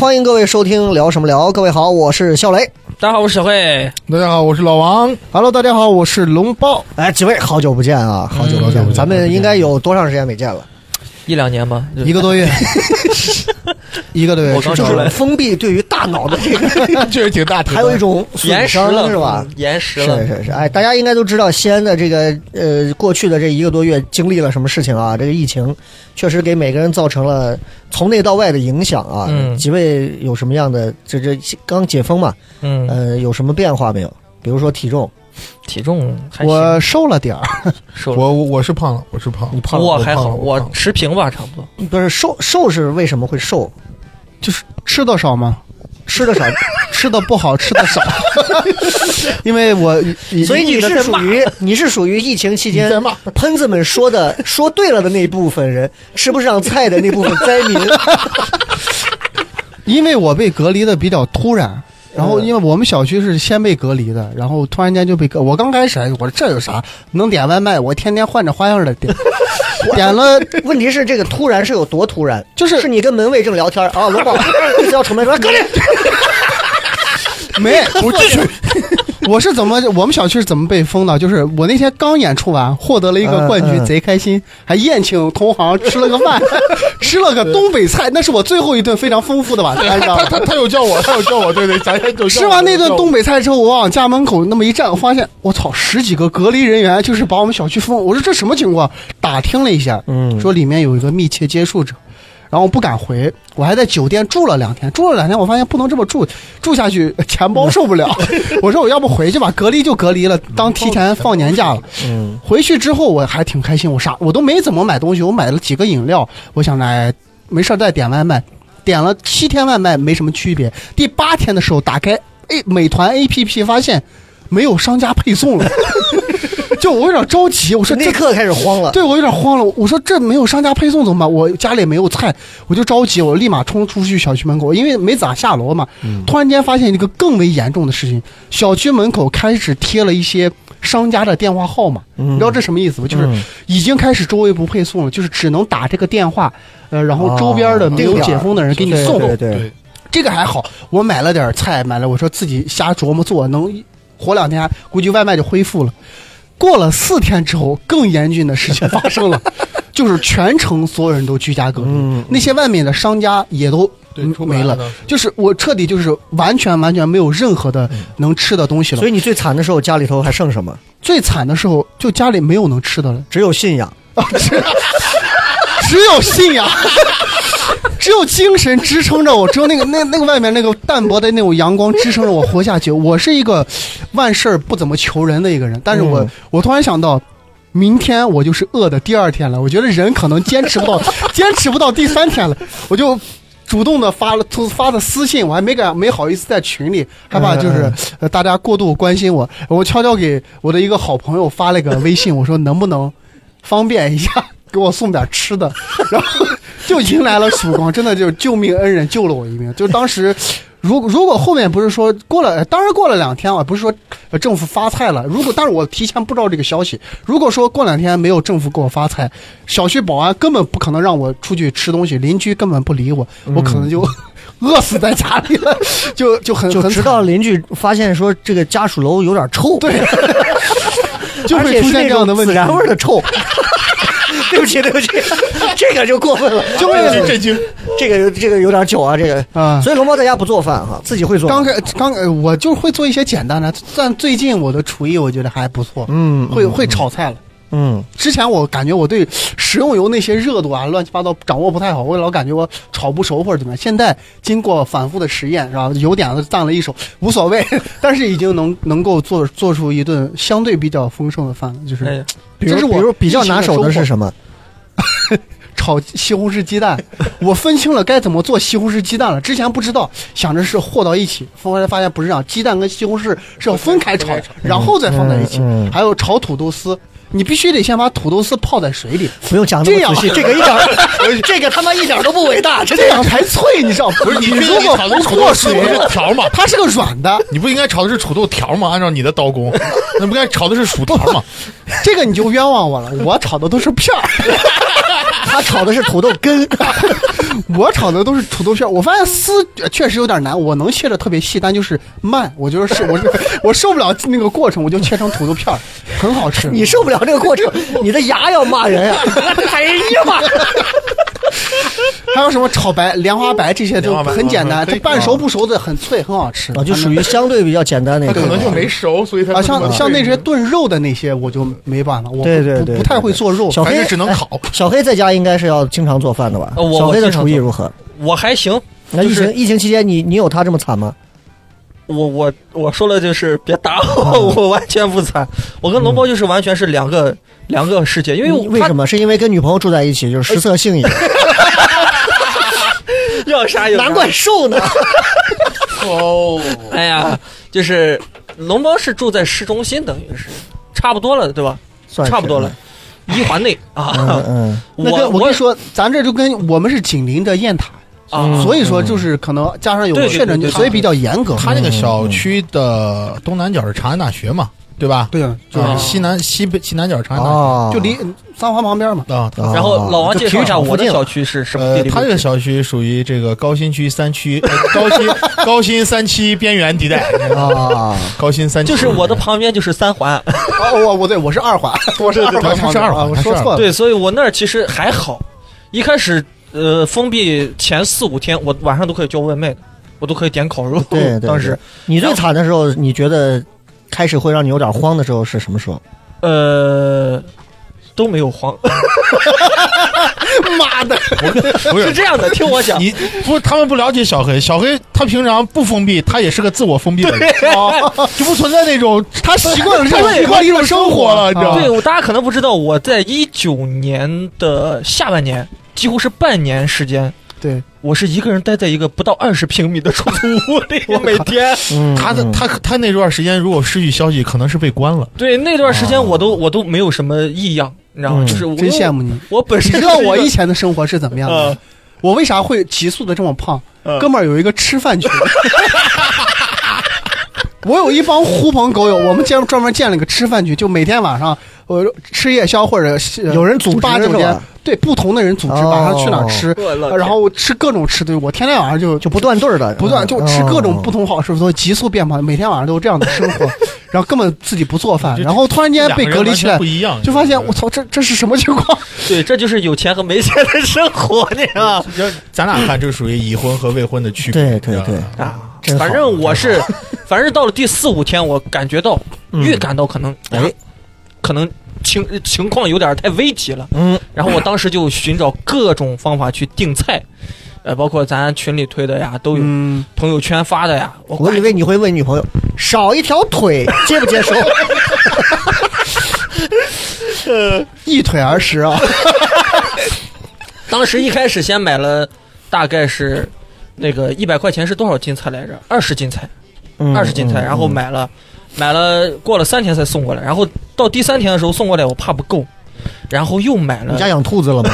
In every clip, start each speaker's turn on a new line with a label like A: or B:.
A: 欢迎各位收听《聊什么聊》，各位好，我是笑雷。
B: 大家好，我是小慧。
C: 大家好，我是老 王。Hello，大家好，我是龙豹。嗯
A: 哎，几位好久不见啊，好久不
C: 好久
A: 见，
C: 不见
A: 咱们应该有多长时间没见了？
B: 一两年吧，就
C: 一个 多月，一个多月，
B: 我刚
C: 是
A: 就
C: 不是
B: 出来
A: 是封闭对于大脑的 这个，
C: 确实挺大，挺大
A: 还有一种
B: 延
A: 损
B: 时
A: 伤
B: 了嗯
A: 是吧？？
B: 延时
A: 是
B: 了。
A: 是是，哎，大家应该都知道西安的这个呃过去的这一个多月经历了什么事情啊？这个疫情确实给每个人造成了从内到外的影响啊。
B: 嗯
A: 几位有什么样的这这刚解封嘛？
B: 嗯，
A: 呃，有什么变化没有？比如说体重，
B: 体重还行，
C: 我瘦了点儿，
B: 瘦
C: 我
B: 了。
C: 我我是胖了，我是胖
A: 你
C: 了，
A: 胖了
B: 我
C: 我
B: 还
C: 胖
B: 好，
C: 了我
B: 我
C: 胖了
B: 持平吧，差不多。
A: 不是瘦瘦是为什么会瘦？
C: 就是吃的少 吗？
A: 吃的少，
C: 吃的不好，吃的少，因为我
A: 所以你是属于你是属于疫情期
C: 你在
A: 间
C: 骂
A: 喷子们说的说对了的那一部分人，吃不上菜的那部分灾民。
C: 因为我被隔离的比较突然，然后因为我们小区是先被隔离的，然后突然间就被隔。我刚开始还我说这有啥能点外卖？我天天换着花样的 点， 点了
A: 问题是这个突然是有多突然？
C: 就是
A: 是你跟门卫正聊天啊，罗宝一直要出门 说哥俩
C: 没不去。 我是怎么？我们小区是怎么被封的？就是我那天刚演出完，获得了一个冠
A: 嗯
C: 军，
A: 嗯
C: 贼开心，还宴请同行吃了个饭， 吃了个东北菜，那是我最后一顿非常丰富的晚餐，你知道吗？
D: 他他有叫我，他有叫我，对对，咱先就
C: 吃完那顿东北菜之后，我往家门口那么一站，我发现我操，十几个隔离人员就是把我们小区封。我说这什么情况？打听了一下，
A: 嗯
C: 说里面有一个密切接触者，然后不敢回，我还在酒店住了两天。住了两天，我发现不能这么住，住下去 钱包受不了。我说我要不回去吧，隔离就隔离了，当提前放年假了。
A: 嗯，
C: 回去之后我还挺开心，我啥我都没怎么买东西，我买了几个饮料，我想来没事儿再点外卖，点了七天外卖没什么区别。第八天的时候打开 A 美团 APP 发现没有商家配送了，就我有点着急，我说
A: 立
C: 这
A: 刻开始慌了。
C: 对我有点慌了，我说这没有商家配送怎么办？我家里没有菜，我就着急，我立马冲出去小区门口，因为没咋下楼嘛。
A: 嗯
C: 突然间发现一个更为严重的事情，小区门口开始贴了一些商家的电话号码，你知道这什么意思不？就是
A: 嗯
C: 已经开始周围不配送了，就是只能打这个电话，呃，然后周边的
A: 哦
C: 没有
A: 定点
C: 解
A: 儿
C: 封的人给你送。
A: 对对对，
C: 这个还好，我买了点菜，买了我说自己瞎琢磨做，能活两天，估计外卖就恢复了。过了四天之后，更严峻的事情发生 了，就是全城所有人都居家隔离，
A: 嗯
C: 那些外面的商家也都嗯
D: 对出不来
C: 没了
D: 了当时，
C: 就是我彻底就是完全完全没有任何的
D: 嗯
C: 能吃的东西了。
A: 所以你最惨的时候家里头还剩什么？
C: 最惨的时候，就家里没有能吃的 了，
A: 只有信仰。
C: 只有信仰，只有精神支撑着我，只有那个那那个外面那个淡薄的那种阳光支撑着我活下去。我是一个万事儿不怎么求人的一个人，但是我、
A: 嗯
C: 我突然想到，明天我就是饿的第二天了。我觉得人可能坚持不到，坚持不到第三天了，我就。主动的发了突发的私信，我还没敢没好意思在群里，害怕就是
A: 嗯
C: 呃大家过度关心我。我悄悄给我的一个好朋友发了个微信，我说能不能方便一下给我送点吃的， 然后 就迎来了曙光，真的就是救命恩人救了我一命。就当时，如如果后面不是说过了，呃当然过了两天啊，不是说呃政府发菜了，如果但是我提前不知道这个消息，如果说过两天没有政府给我发菜，小区保安根本不可能让我出去吃东西，邻居根本不理我，我可能就 饿死在家里了，就就很
A: 嗯就
C: 很
A: 直
C: 惨
A: 到邻居发现说这个家属楼有点臭，对，
C: 就
A: 而
C: 会
A: 且
C: 出
A: 是
C: 现
A: 那
C: 这样的
A: 种
C: 问
A: 孜
C: 题，
A: 然味儿的臭。对不起，对不起，这个就过分了，
C: 就为了
D: 震惊，
A: 这个这个有点久啊，这个。
C: 啊。
A: 所以龙猫在家不做饭哈，自己会做。
C: 刚开刚开我就会做一些简单的，但最近我的厨艺我觉得还不错，
A: 嗯
C: 会会炒菜了。
A: 嗯，
C: 之前我感觉我对食用油那些热度啊乱七八糟掌握不太好，我老感觉我炒不熟或者怎么样。现在经过反复的实验，然后油点子淡了一手，无所谓， 但是已经能能够做做出一顿相对比较丰盛的饭了，就是、
B: 哎呀，
A: 比如
C: 这是我
A: 比如比较拿手的是什么？
C: 炒西红柿鸡蛋，我分清了该怎么做西红柿鸡蛋了。之前不知道，想着是和到一起，后来发现不是这样，鸡蛋跟西红柿是要分开炒
B: 分开，
C: 然后再放在一起。
A: 嗯嗯
C: 还有炒土豆丝，你必须得先把土豆丝泡在水里，
A: 不用讲那
C: 这样
A: 么仔细，这个一点，这个他妈一点都不伟大，真
C: 这
A: 的。
C: 样才脆，你知道吗？
D: 不是你
C: 你
D: 确
C: 如
D: 定你
C: 果
D: 炒的
C: 不
D: 是土
C: 过
D: 豆丝
C: 水
D: 不，是条吗？
C: 它是个软的，
D: 你不应该炒的是土豆条吗？按照你的刀 工，那不该炒的是薯条吗？
C: 这个你就冤枉我了。我炒的都是片儿，
A: 他炒的是土豆根，
C: 我炒的都是土豆片儿。我发现丝呃确实有点难，我能切的特别细，但就是慢。我觉得是我是我受不了那个过程，我就切成土豆片儿，很好 吃。
A: 你受不了这个过程，你的牙要骂人啊！哎呀妈！
C: 还有什么炒白莲花白这些就
D: 莲花白
C: 很简单，
D: 嗯对
C: 就半熟不熟的，很脆，很好吃。
A: 啊，就属于相对比较简单的一
D: 他
A: 个，
D: 可能就没熟，所以他
C: 啊，像像那些
D: 些
C: 炖肉的那些，我就没办法，我不
A: 对对
C: 不
A: 对
C: 不太会做肉。
A: 小
D: 还
A: 黑
D: 是只能烤。
A: 小黑在家应该是要经常做饭的吧？
B: 呃我
A: 小黑的
B: 我经常
A: 厨艺
B: 做
A: 如何？
B: 我还行，
A: 那
B: 就
A: 疫
B: 是
A: 情疫情期间，你你有他这么惨吗？
B: 我我我说了就是别打 我，我完全不惨。我跟龙猫就是完全是两个两个世界，因为
A: 你为
B: 他哎
A: 什么？是因为跟女朋友住在一起，就是食色性也，
B: 要啥有 啥
A: 难怪瘦 呢。
D: 哦，
B: 哎呀，就是龙猫是住在市中心，等于是差不多了，对吧？
A: 算是
B: 差不多了。，一环内
A: 嗯
B: 啊。
A: 嗯，
C: 那
B: 我
C: 跟我跟你说，咱这就跟我们是紧邻着雁塔，
D: 嗯
B: 啊，
C: 所以说就是可能加上有
B: 对对
C: 确诊
B: 对，对
C: 所以比较严格。嗯
D: 他那个小区的东南角是长安大学嘛，对吧？
C: 对啊，就
D: 啊，
B: 哦
D: 西南西北西南角是长安大
A: 哦，
C: 就离三环旁边嘛。
D: 学啊。
A: 哦
B: 啊然后老王介绍一下我的小区是什么地
D: 呃，
B: 理位置？
D: 他这个小区属于这个高新区三区，呃高新 高新三期边缘地带，
A: 啊，
D: 高新三期
B: 就是我的旁边就是三
D: 啊
B: 环，
C: 哦，我我对我是二环，我是
D: 对
C: 二
D: 对
C: 环旁边，
D: 他是二环
C: 啊我
D: 他是
C: 说
D: 二环
C: 错了。
B: 对，所以我那儿其实还好。一开始呃封闭前四五天，我晚上都可以叫外卖的，我都可以点烤肉。
A: 对对对
B: 当时
A: 你最惨的时候，你觉得开始会让你有点慌的时候是什么时候？
B: 呃都没有 慌，
C: 妈的，
D: 不
B: 是
D: 是。
B: 这样的，听 我讲。
D: 你不，他们不了解小黑。小黑他平常不封闭，他也是个自我封闭的人，哦就不存在那种他习惯了这种
B: 对
D: 习惯了这种生活了，你知道吗
B: 啊对，？我大家可能不知道，我在一九年的下半年，几乎是半年时间，
C: 对，
B: 我是一个人待在一个不到二十平米的 出租屋里，我每天。
A: 嗯，
D: 他的
A: 嗯
D: 他他那段时间如果失去消息，可能是被关了。
B: 对，那段时间我都我都没有什么异样，你知道吗？
A: 嗯
B: 就是我
C: 啊真羡慕你。
B: 我本
C: 你
B: 身
C: 知道我以前的生活是怎么样的
B: 呃
D: 嗯
C: 吗？我为啥会急速的这么胖？哥们儿有一个吃饭群， 我有一帮狐朋狗友，我们建专门建了个吃饭群，就每天晚上我吃夜宵或者是呃
A: 有人组织
C: 八九
A: 是
C: 点
A: 吧，
C: 对不同的人组织
A: 哦
C: 晚上去哪儿吃
B: 我老，天
C: 然后吃各种吃的，我天天晚上就
A: 就不断嗯哦对儿的，
C: 不断就吃各种不
A: 同。
C: 同好吃的，都急速变胖，每天晚上都是这样的生活，然后根本自己不做饭，然后突然间被隔离起
D: 这
C: 来
D: 两个人完全不，一样，
C: 就发现我操，这这是什么情况？
B: 对，这就是有钱和没钱的生活， 你知道吗？
D: 就是咱俩看，这属于已婚和未婚的区别。
A: 对对
D: 你知道
A: 对
D: 吗，
B: 啊
A: 真，好
B: 反正我是，反正到了第四五天，我感觉到，
C: 嗯
B: 预感到可能，
A: 哎，
B: 可能情呃情况有点太危急了。
A: 嗯，
B: 然后我当时就寻找各种方法去订菜，呃，包括咱群里推的呀，都有，
C: 嗯，
B: 朋友圈发的呀，我
A: 我以
B: 感
A: 为你会问女 朋友少一条腿接不接受，
C: 一腿而食啊！
B: 当时一开始先买了，大概是那个一百块钱是多少斤菜来着？二十斤菜，
A: 嗯
B: 二十斤菜，然后买了，买了，过了三天才送过来，然后到第三天的时候送过来，我怕不够，然后又买
A: 嗯你
B: 了
A: 家，养兔子了吗？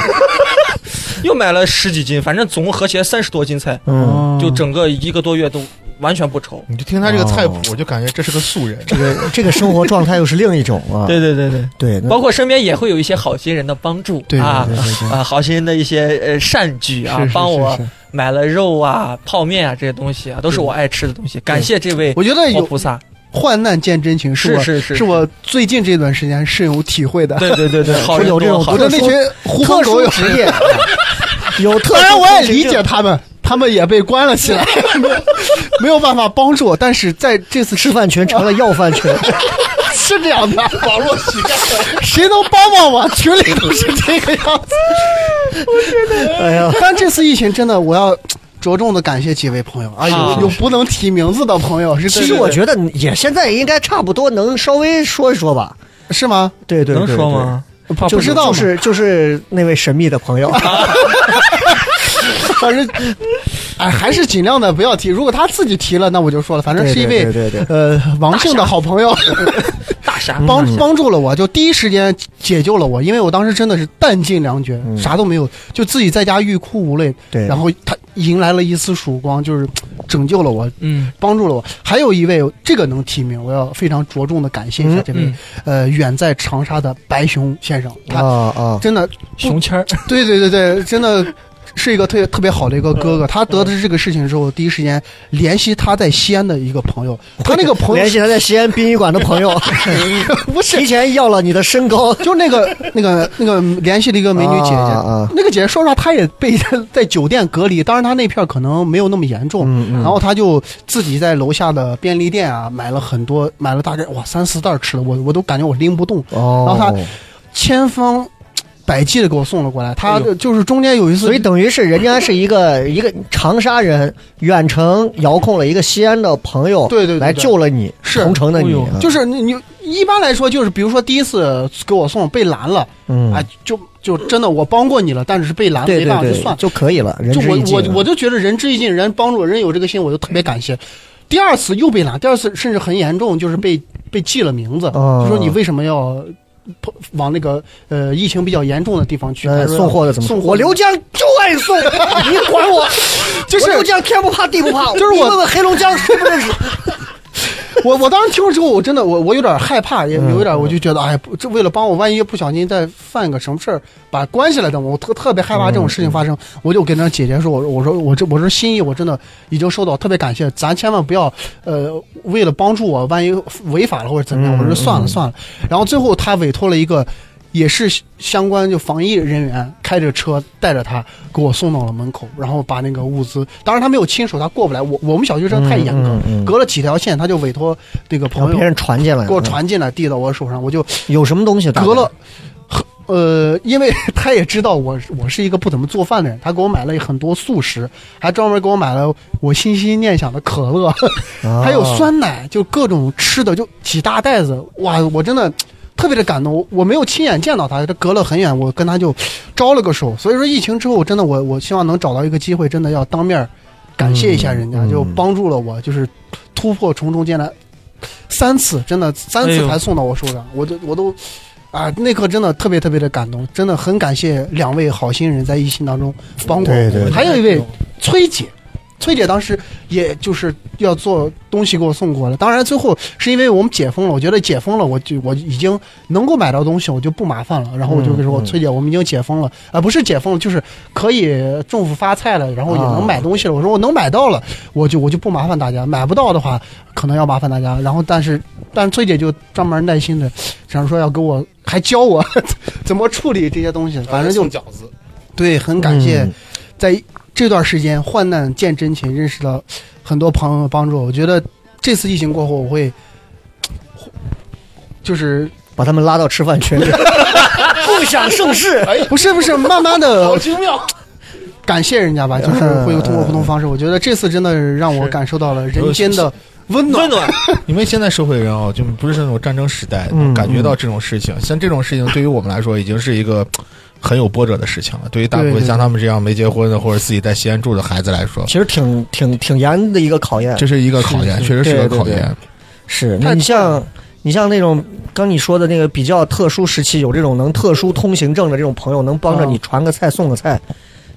B: 又买了十几斤，反正总共合起来三十多斤菜，
A: 嗯，
B: 就整个一个多月都完全不愁。
D: 你就听他这个菜谱
A: 哦，
D: 我就感觉这是个素人。
A: 这个这个生活状态又是另一种啊。
B: 对对对对，
A: 对，那
B: 包括身边也会有一些好心人的帮助
C: 嗯对
B: 啊
C: 对对对
B: 啊，好心人的一些呃善举啊
C: 是，是
B: 帮我
C: 是是
B: 买了肉啊、泡面啊这些东西啊，都是我爱吃的东西。感谢这位
C: 我觉得
B: 活
C: 有
B: 菩 萨，
C: 患难见真情，是
B: 是
C: 我
B: 是是
C: 是我最近这段时间深有体会的。
B: 对对对对，好
A: 是
B: 人
A: 有这
B: 多
A: 种
B: 好
C: 我
B: 人
C: 的那群狐
A: 特
C: 朋狗
A: 殊
C: 友，
A: 职 业有特殊
C: 当然我也理
A: 特
C: 解他们，他们也被关了起 来，没有办法帮助我。但是在这次
A: 殊吃饭群成了要饭群，
C: 是这样的，
D: 网络乞丐，
C: 谁能帮帮我？群里都是这个样 子。
A: 哎呀，
C: 但这次疫情真的，我要着重的感谢几位朋友啊，
B: 啊
C: 有有不能提名字的朋友，是
A: 其实我觉得也现在应该差不多能稍微说一说吧。
C: 得是吗？
A: 对对，
B: 能
A: 对
B: 说？吗？
A: 对就
C: 啊不知道嘛啊
A: 就是就是那位神秘的朋友，
C: 反正，哎，还是尽量的不要提。如果他自己提了，那我就说了，反正是一位
A: 对对对对
C: 呃王姓的好朋友，
B: 大侠，
A: 嗯
C: 帮帮助了我，就第一时间解救了我，因为我当时真的是弹尽粮绝，啥都没有，就自己在家欲哭无泪。
A: 嗯对
C: 然后他迎来了一丝曙光，就是拯救了我，
B: 嗯，
C: 帮助了我。还有一位，这个能提名，我要非常着重的感谢一下这位、
B: 嗯
C: 呃远在长沙的白熊先生，
A: 啊
C: 他
A: 啊，
C: 真的，
B: 熊谦 儿，
C: 对对对对，真的。是一个特别特别好的一个哥哥，他得知这个事情之后，第一时间联系他在西安的一个 朋友，他那个朋友
A: 联系他在西安殡仪馆的朋友，
C: 不是
A: 提前要了你的身高，
C: 就那个那个那个联系了一个美女姐姐，
A: 啊啊
C: 那个姐姐说实话，她也被在酒店隔离，当然她那片儿可能没有那么严重，
A: 嗯
C: 然后她就自己在楼下的便利店啊买了很多，买了大概哇三四袋儿吃的，我我都感觉我拎不动，
A: 哦
C: 然后他千方百计的给我送了过来，她
B: 哎呦
C: 就是中间有一次
A: 所以等于是人家是一个一个长沙人远程遥控了一个西安的朋友，
C: 对对对对
A: 来救了你，
C: 是哦
A: 同城的你
B: 哎呦，
A: 啊
C: 就是你你一般来说就是比如说第一次给我送被拦了，
A: 嗯，
C: 哎就就真的我帮过你了，但是是被拦了
A: 对
C: 没
A: 对
C: 办法就算
A: 对，
C: 了。
A: 就可以了，人
C: 就
A: 之
C: 我
A: 一尽
C: 我
A: 了
C: 我就觉得人之以尽，人帮助人有这个心，我就特别感谢。第二次又被拦，第二次甚至很严重，就是被被记了名字，
A: 哦
C: 就说你为什么要跑往那个呃疫情比较严重的地方去？
A: 呃
C: 还说
A: 送货的怎么
C: 送货？
A: 我刘江就爱 送，你管我？
C: 就是
A: 我刘江天不怕地不怕，
C: 就是我
A: 你问问黑龙江谁不 认识？
C: 我我当时听了之后，我真的我我有点害怕，
A: 嗯
C: 也有点我就觉得，哎呀，不这为了帮我，万一不小心再犯个什么事儿，把关系来的，我特特别害怕
A: 嗯
C: 这种事情发生。我就跟那姐姐说，我说我说我这我说心意，我真的已经收到，特别感谢，咱千万不要呃为了帮助我，万一违法了或者怎么样，我说
A: 嗯
C: 算了算了。然后最后他委托了一个。也是相关就防疫人员开着车带着他给我送到了门口，然后把那个物资，当然他没有亲手，他过不来。我我们小区这太严格了，
A: 嗯嗯嗯
C: 隔了几条线，他就委托这个
A: 让
C: 朋
A: 别
C: 友
A: 人嗯传进来，
C: 给我传进来，递到我手上，我就
A: 有什么东西？
C: 隔了，呃，因为 他也知道我是我是一个不怎么做饭的人，他给我买了很多素食，还专门给我买了我心心念想的可乐，
A: 啊
C: 还有酸奶，就各种吃的，就几大袋子，哇，我真的。特别的感动，我我没有亲眼见到他，他隔了很远，我跟他就招了个手。所以说，疫情之后，真的我我希望能找到一个机会，真的要当面感谢一下人家，
A: 嗯嗯
C: 就帮助了我，就是突破重重艰难三次，真的三
B: 哎
C: 次
B: 呦
C: 才送到我手上，我都我都啊，那刻真的特别特别的感动，真的很感谢两位好心人在疫情当中帮过我。
A: 对对对
C: 还有 一位崔姐，崔姐当时也就是要做东西给我送过来，当然最后是因为我们解封了，我觉得解封了，我就我已经能够买到东西，我就不麻烦了，然后我就
A: 嗯
C: 跟说、崔姐，我们已经解封了，啊、不是解封了，就是可以政府发菜了，然后也
A: 啊
C: 能买东西了。我说我能买到了，我就我就不麻烦大家，买不到的话可能要麻烦大家。然后但是但崔姐就专门耐心的，想说要给我还教我 怎么处理这些东西，反正就
D: 送饺子。
C: 对，很感谢
A: 嗯，
C: 在这段时间患难见真情，认识了很多朋友的帮助。我觉得这次疫情过后，我会就是
A: 把他们拉到吃饭群里，共享盛世。
C: 不是不是，慢慢的
D: 好精
A: 呃
D: 妙！
C: 感谢人家吧，就是会有通过不同方式。我觉得这次真的让我感受到了人间的温暖
B: 温暖。
D: 因为现在社会人啊，就不是那种战争时代，
A: 嗯
D: 感觉到这种事情，像这种事情对于我们来说已经是一个很有波折的事情了。对于大部
C: 对
D: 分
C: 对
D: 像他们这样没结婚的或者自己在西安住的孩子来说，
A: 其实挺挺挺严的一个考验。
D: 这是一个考验，
C: 是
D: 确实是
A: 对
D: 个
A: 对
D: 考验。
A: 是
D: 太
A: 你像你像那种刚你说的那个比较特殊时期，有这种能特殊通行证的这种朋友，能帮着你
C: 哦
A: 传个菜送个菜，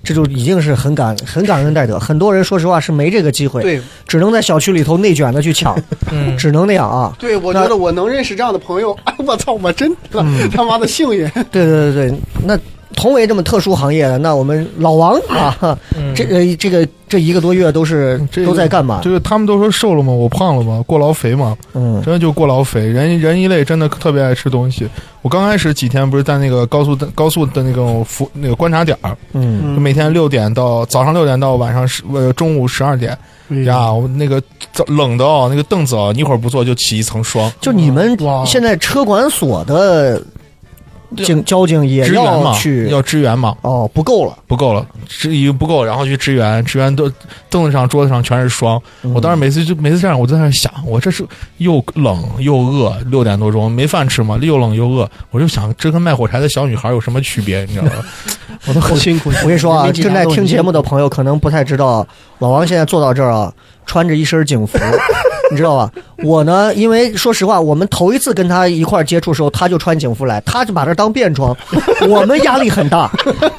A: 这就已经是很感很感恩戴德。很多人说实话是没这个机会，
C: 对
A: 只能在小区里头内卷的去抢，
B: 嗯，
A: 只能那样啊。
C: 对，我
A: 那
C: 觉得我能认识这样的 朋友，哎，我操，我真的
A: 嗯
C: 他妈的幸运。
A: 对对对对，那同为这么特殊行业的，那我们老王啊，
B: 嗯
A: 这呃这个这一个多月都是
D: 这个
A: 都在干嘛？
D: 就是他们都说瘦了吗？我胖了吗？过劳肥吗？
A: 嗯
D: 真的就过劳肥。人人一类真的特别爱吃东西。我刚开始几天不是在那个高速的高速的那种服那个观察点儿，
A: 嗯
D: 就每天六点到早上六点到晚上十呃中午十二点
C: 嗯
D: 呀，我那个早冷的哦，那个凳子哦，你一会儿不坐就起一层霜。
A: 就你们
D: 哇
A: 现在车管所的警交警也
D: 支援嘛，
A: 去
D: 要支援嘛，
A: 哦，不够了。
D: 不够了，支已经不够，然后去支援，支援都凳子上、桌子上全是霜。
C: 嗯
D: 我当时
A: 时
D: 每次就每次这样，我就在那想，我这是又冷又饿，六点多钟没饭吃嘛，又冷又饿，我就想这跟卖火柴的小女孩有什么区别，你知道吗？
A: 嗯
C: 我都很辛苦。
A: 我跟你说啊，
C: 没几
A: 正
C: 年
A: 在
C: 都
A: 听
C: 已经
A: 节目的朋友可能不太知道，老王现在坐到这儿啊，穿着一身警服， 你知道吧？我呢，因为说实话，我们头一次跟他一块儿接触的时候，他就穿警服来，他就把这当便装， 我们压力很大。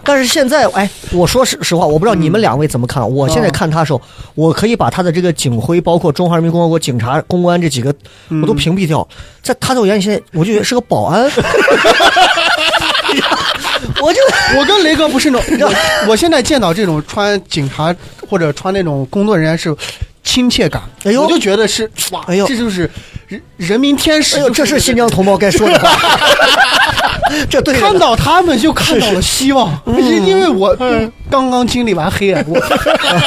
A: 但是现在，哎，我说实实话，我不知道你
C: 嗯
A: 们两位怎么看。啊我现在
C: 哦
A: 看他的时候，我可以把他的这个警徽，包括中华人民共和国警察、公安这几个，
C: 嗯
A: 我都屏蔽掉。在他在我眼里，现在我就觉得是个保 安。 我就
C: 我跟雷哥不是那种，我我现在见到这种穿警察或者穿那种工作人员是亲切感，
A: 哎呦
C: 我就觉得是哇，
A: 哎呦
C: 这就是人人民天使、
A: 哎呦，这是新疆同胞该说的 话，这对着呢
C: 看到他们就看到了希望，因因为我刚刚经历完黑暗，我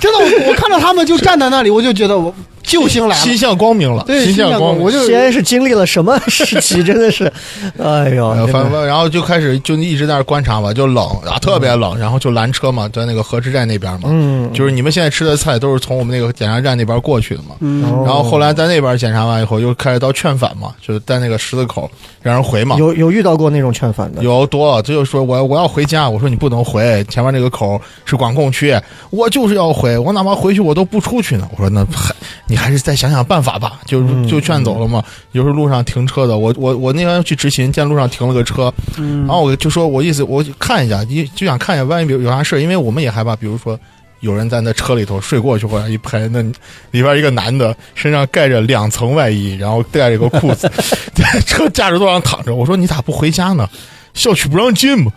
C: 真的我我看到他们就站在那里，我就觉得我救星 来
D: 心
C: 了，
D: 向光明了，
C: 对，心
D: 向光
C: 光，
D: 明。
C: 我就
A: 西安是经历了什么时 期？真的是，哎呦，
D: 哎
A: 真的
D: 呦反正然后就开始就一直在那儿观察嘛，就冷啊，特
C: 嗯
D: 别冷，然后就拦车嘛，在那个河池寨那边嘛，
A: 嗯，
D: 就是你们现在吃的菜都是从我们那个检查站那边过去的嘛。
C: 嗯，
D: 然后后
A: 哦
D: 来在那边检查完以后，又开始到劝返嘛，就是在那个十字口让人回嘛。
A: 有有遇到过那种劝返的，
D: 有多，他就说我要我要回家，我说你不能回，前面那个口是管控区，我就是要回，我哪怕回去我都不出去呢。我说那还你还是再想想办法吧，就
B: 嗯
D: 就劝走了嘛。有时候路上停车的，我我我那天去执勤，见路上停了个车，
B: 嗯
D: 然后我就说我意思我看一下，一就想看一下，万一有有啥事儿因为我们也害怕，比如说。有人在那车里头睡过去，或者一拍，那里边一个男的身上盖着两层外衣，然后带着个 裤子，在车驾驶座上躺着。我说你咋不回家呢？校区不让进嘛，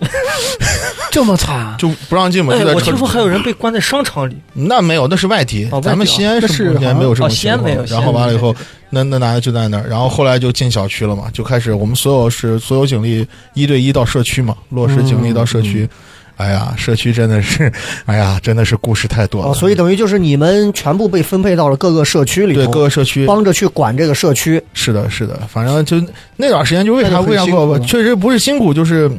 C: 这么惨，啊
D: 就不让进嘛，
B: 哎
D: 就在，
B: 我
D: 车
B: 听
D: 里。
B: 说还有人被关在商场里，
D: 那没有，那是外地，
B: 哦外地
D: 咱们西安
C: 那是
D: 目前没有这种
B: 哦西
D: 情
B: 安
D: 况。
B: 没有西安
D: 然后完了以后
B: 没有，
D: 那那男的就在那儿，然后后来就进小区了嘛，就开始我们所有是所有警力一对一到社区嘛，落实警力到社
B: 嗯
D: 区。哎呀，社区真的是，哎呀，真的是故事太多了。嗯
A: 哦，所以等于就是你们全部被分配到了各个社区里头，
D: 对各个社区
A: 帮着去管这个社区，
D: 是的，是的，反正就那段时间就为
C: 那
D: 啥
C: 就很
D: 为啥
C: 辛苦
B: 哦
D: 过，
C: 了
D: 确实不是辛苦，就是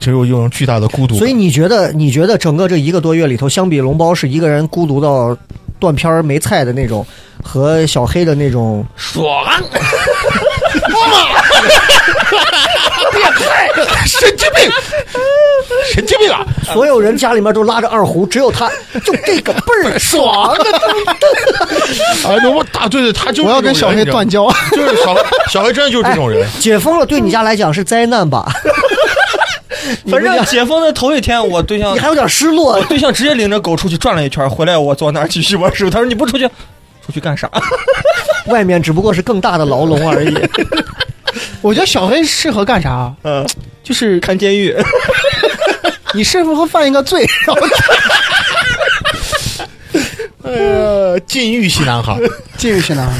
D: 只有一种巨大的孤独感。
A: 所以你觉得你觉得整个这一个多月里头，相比龙包是一个人孤独到断片儿没菜的那种，和小黑的那种，
B: 爽，
C: 啊
D: 神经病， 神经病啊！
A: 所有人家里面都拉着二胡，只有他就这个倍 儿爽啊！
D: 哎，那我打对对，他就是
C: 我要跟
D: 这种
C: 小
D: 人
C: 黑断，交。
D: 你知道吗 就是小黑，小黑真的就是这 种人。
A: 解封了对你家来讲是灾难吧？你
B: 反
A: 们
B: 正
A: 家
B: 解封的头一天，我对 象
A: 你还有点失落
B: 我，哦对象直接领着狗出去转了一圈，回来我坐那儿继续玩手游。他说你不出去，出去干啥？
A: 外面只不过是更大的牢笼而已。
C: 我觉得小黑适合干啥？ 啊
B: 嗯，
C: 就是
B: 看监狱。
C: 你是不是犯一个罪，然后哎
D: 呃， 禁欲系 男孩，
C: 进去呢？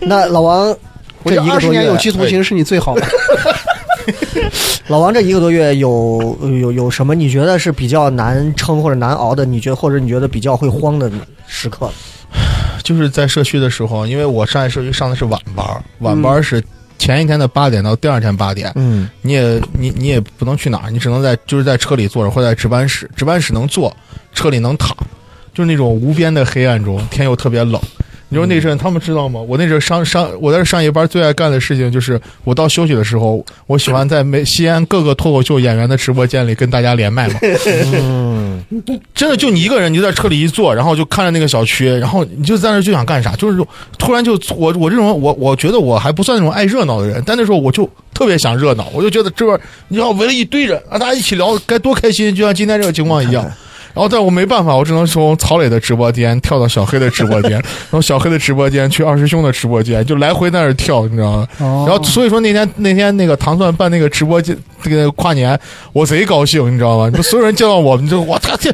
A: 那老王，
C: 我
A: 这
C: 觉
A: 一
C: 得
A: 个
C: 二十
A: 多
C: 年
A: 月
C: 有，期徒刑是你最好的。
A: 老王这一个多月有有有什么你觉得是比较难撑或者难熬的？你觉得或者你觉得比较会慌的时刻？
D: 就是在社区的时候，因为我上在社区上的是晚班儿，晚
C: 嗯
D: 班儿是前一天的八点到第二天八点，
A: 嗯
D: 你也你你也不能去哪儿，你只能在就是在车里坐着，或者在值班室，值班室能坐，车里能躺，就是那种无边的黑暗中，天又特别冷，你说那阵他们知道吗？我那阵上上我在这上夜班最爱干的事情就是，我到休息的时候，我喜欢在没西安各个脱口秀演员的直播间里跟大家连麦嘛。真的就你一个人，你就在车里一坐，然后就看着那个小区，然后你就在那儿就想干啥，就是突然就我我这种我我觉得我还不算那种爱热闹的人，但那时候我就特别想热闹，我就觉得这边你要围了一堆人啊，大家一起聊该多开心，就像今天这个情况一样。然后，但我没办法，我只能从曹磊的直播间跳到小黑的直播间，然后小黑的直播间去二师兄的直播间，就来回在那儿跳，你知道吗？
C: 哦
D: 然后所以说那天那天那个糖蒜办那个直播间这个跨年，我贼高兴，你知道吗？你说所有人见到我，你就我操这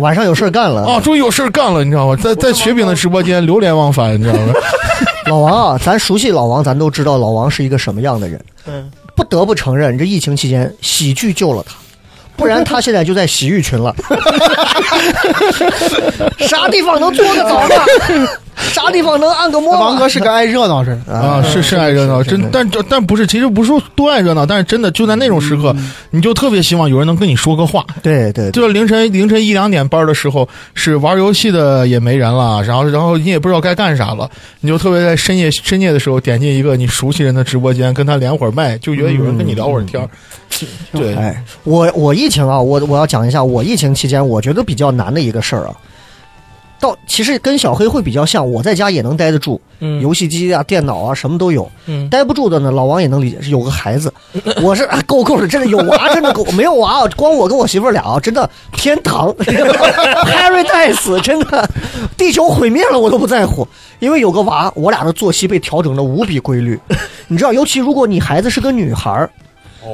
A: 晚上有事儿干了
D: 啊，终于有事儿干了，你知道吗？在在雪饼的直播间流连忘返，你知道吗？
A: 老王啊，咱熟悉老王，咱都知道老王是一个什么样的人。
B: 嗯，
A: 不得不承认，这疫情期间喜剧救了他，不然他现在就在洗浴群了。啥地方能搓个澡呢？啥地方能按个摩？
C: 王哥是个爱热闹人，
D: 啊，是是爱热闹，真但这但不是，其实不是说多爱热闹，但是真的就在那种时刻，你就特别希望有人能跟你说个话，
A: 对对对，
D: 就是凌晨凌晨一两点班的时候，是玩游戏的也没人了，然后然后你也不知道该干啥了，你就特别在深夜深夜的时候点进一个你熟悉人的直播间，跟他连会儿麦，就觉得有人跟你聊会儿天儿。对，
A: 哎，我我疫情啊，我我要讲一下，我疫情期间我觉得比较难的一个事儿啊。到其实跟小黑会比较像，我在家也能待得住，
B: 嗯
A: 游戏机啊、电脑啊什么都有。
B: 嗯，
A: 待不住的呢，老王也能理解，是有个孩子， 我是啊够够的，真的有娃，真的够，没有娃，啊光我跟我媳妇儿俩啊，真的天堂 ，paradise，真的，地球毁灭了我都不在乎，因为有个娃，我俩的作息被调整的无比规律， 你知道，尤其如果你孩子是个女孩儿，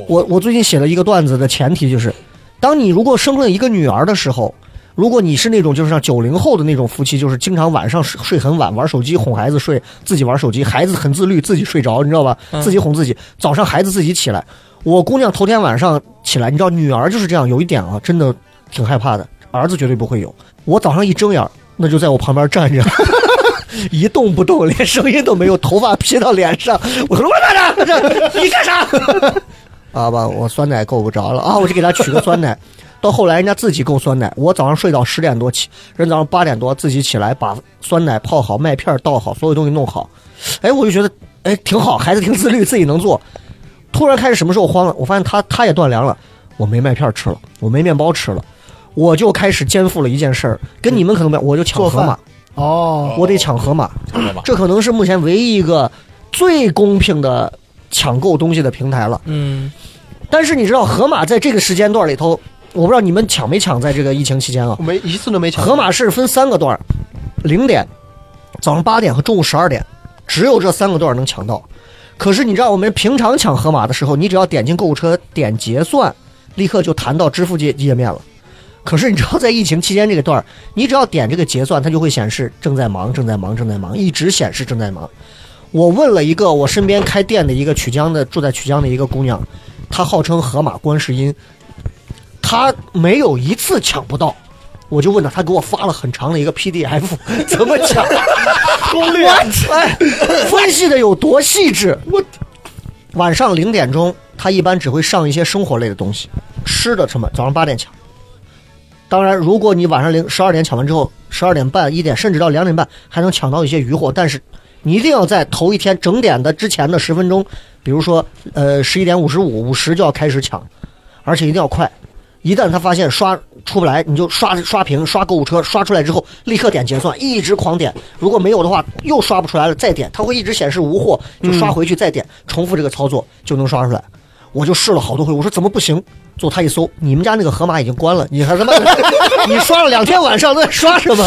A: 我我最近写了一个段子的前提就是，当你如果生了一个女儿的时候。如果你是那种就是像九零后的那种夫妻，就是经常晚上睡睡很晚，玩手机哄孩子睡，自己玩手机，孩子很自律，自己睡着，你知道吧？自己哄自己，早上孩子自己起来。我姑娘头天晚上起来，你知道女儿就是这样，有一点啊，真的挺害怕的。儿子绝对不会有。我早上一睁眼儿，那就在我旁边站着，一动不动，连声音都没有，头发披到脸上。我说我干啥？你干啥？ 啊吧，我酸奶够不着了啊，我就给他取个酸奶。到后来人家自己够酸奶，我早上睡到十点多起，人早上八点多自己起来把酸奶泡好，麦片儿倒好，所有东西弄好。哎，我就觉得哎挺好，孩子挺自律，自己能做。突然开始什么时候慌了？我发现他他也断粮了，我没麦片儿吃了，我没面包吃了，我就开始肩负了一件事儿，跟你们可能没有，我就抢
C: 做
A: 河
C: 饭
A: 马，
C: 哦，
A: 我得抢河马。
D: 知道 吧？
A: 这可能是目前唯一一个最公平的抢购东西的平台了。
B: 嗯，
A: 但是你知道，盒马在这个时间段里头，我不知道你们抢没抢，在这个疫情期间啊
C: 我，没一次都没抢。
A: 盒马是分三个段儿，零点、早上八点和中午十二点，只有这三个段儿能抢到。可是你知道，我们平常抢盒马的时候，你只要点进购物车点结算，立刻就弹到支付界页面了。可是你知道，在疫情期间这个段儿，你只要点这个结算，它就会显示正在忙，正在忙，正在忙，一直显示正在忙。我问了一个我身边开店的一个曲江的住在曲江的一个姑娘，她号称河马观世音，她没有一次抢不到。我就问她，她给我发了很长的一个 PDF，怎 么抢攻略？哎，分析的有多细致？我晚上零点钟，她一般只会上一些生活类的东西，吃的什么，早上八点抢。当然，如果你晚上零十二点抢完之后，十二点半、一点，甚至到两点半，还能抢到一些余货，但是你一定要在头一天整点的之前的十分钟，比如说呃十一点五十五、五十就要开始抢，而且一定要快。一旦他发现刷出不来，你就刷刷屏、刷购物车，刷出来之后立刻点结算，一直狂点。如果没有的话，又刷不出来了，再点，它会一直显示无货，就刷回去再点，重复这个操作就能刷出来。我就试了好多回，我说怎么不行？最后他一搜，你们家那个河马已经关了，你还他妈， 你刷了两天晚上，在刷什么？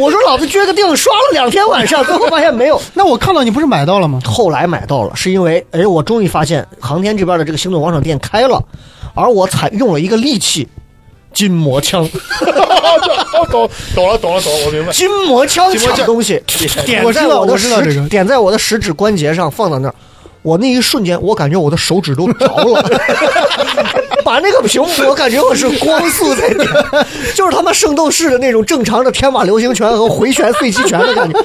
A: 我说老子撅个腚刷了两天晚上，最后发现没有。
C: 那我看到你不是买到了吗？
A: 后来买到了，是因为哎，我终于发现航天这边的这个星动广场店开了，而我采用了一个利器——筋膜枪。
D: 懂懂了懂了懂了，我明白。
A: 筋膜枪
D: 筋膜
A: 抢
D: 枪
A: 东西，点
C: 我知
A: 在
C: 道
A: 的
C: 我知道
A: 食
C: 这
A: 指
C: 个
A: 点在我的食指关节上，放到那儿。我那一瞬间，我感觉我的手指都着 了，把那个屏幕，我感觉我是光速在点，就是他妈圣斗士的那种正常的天马流星拳和回旋碎击拳的感觉。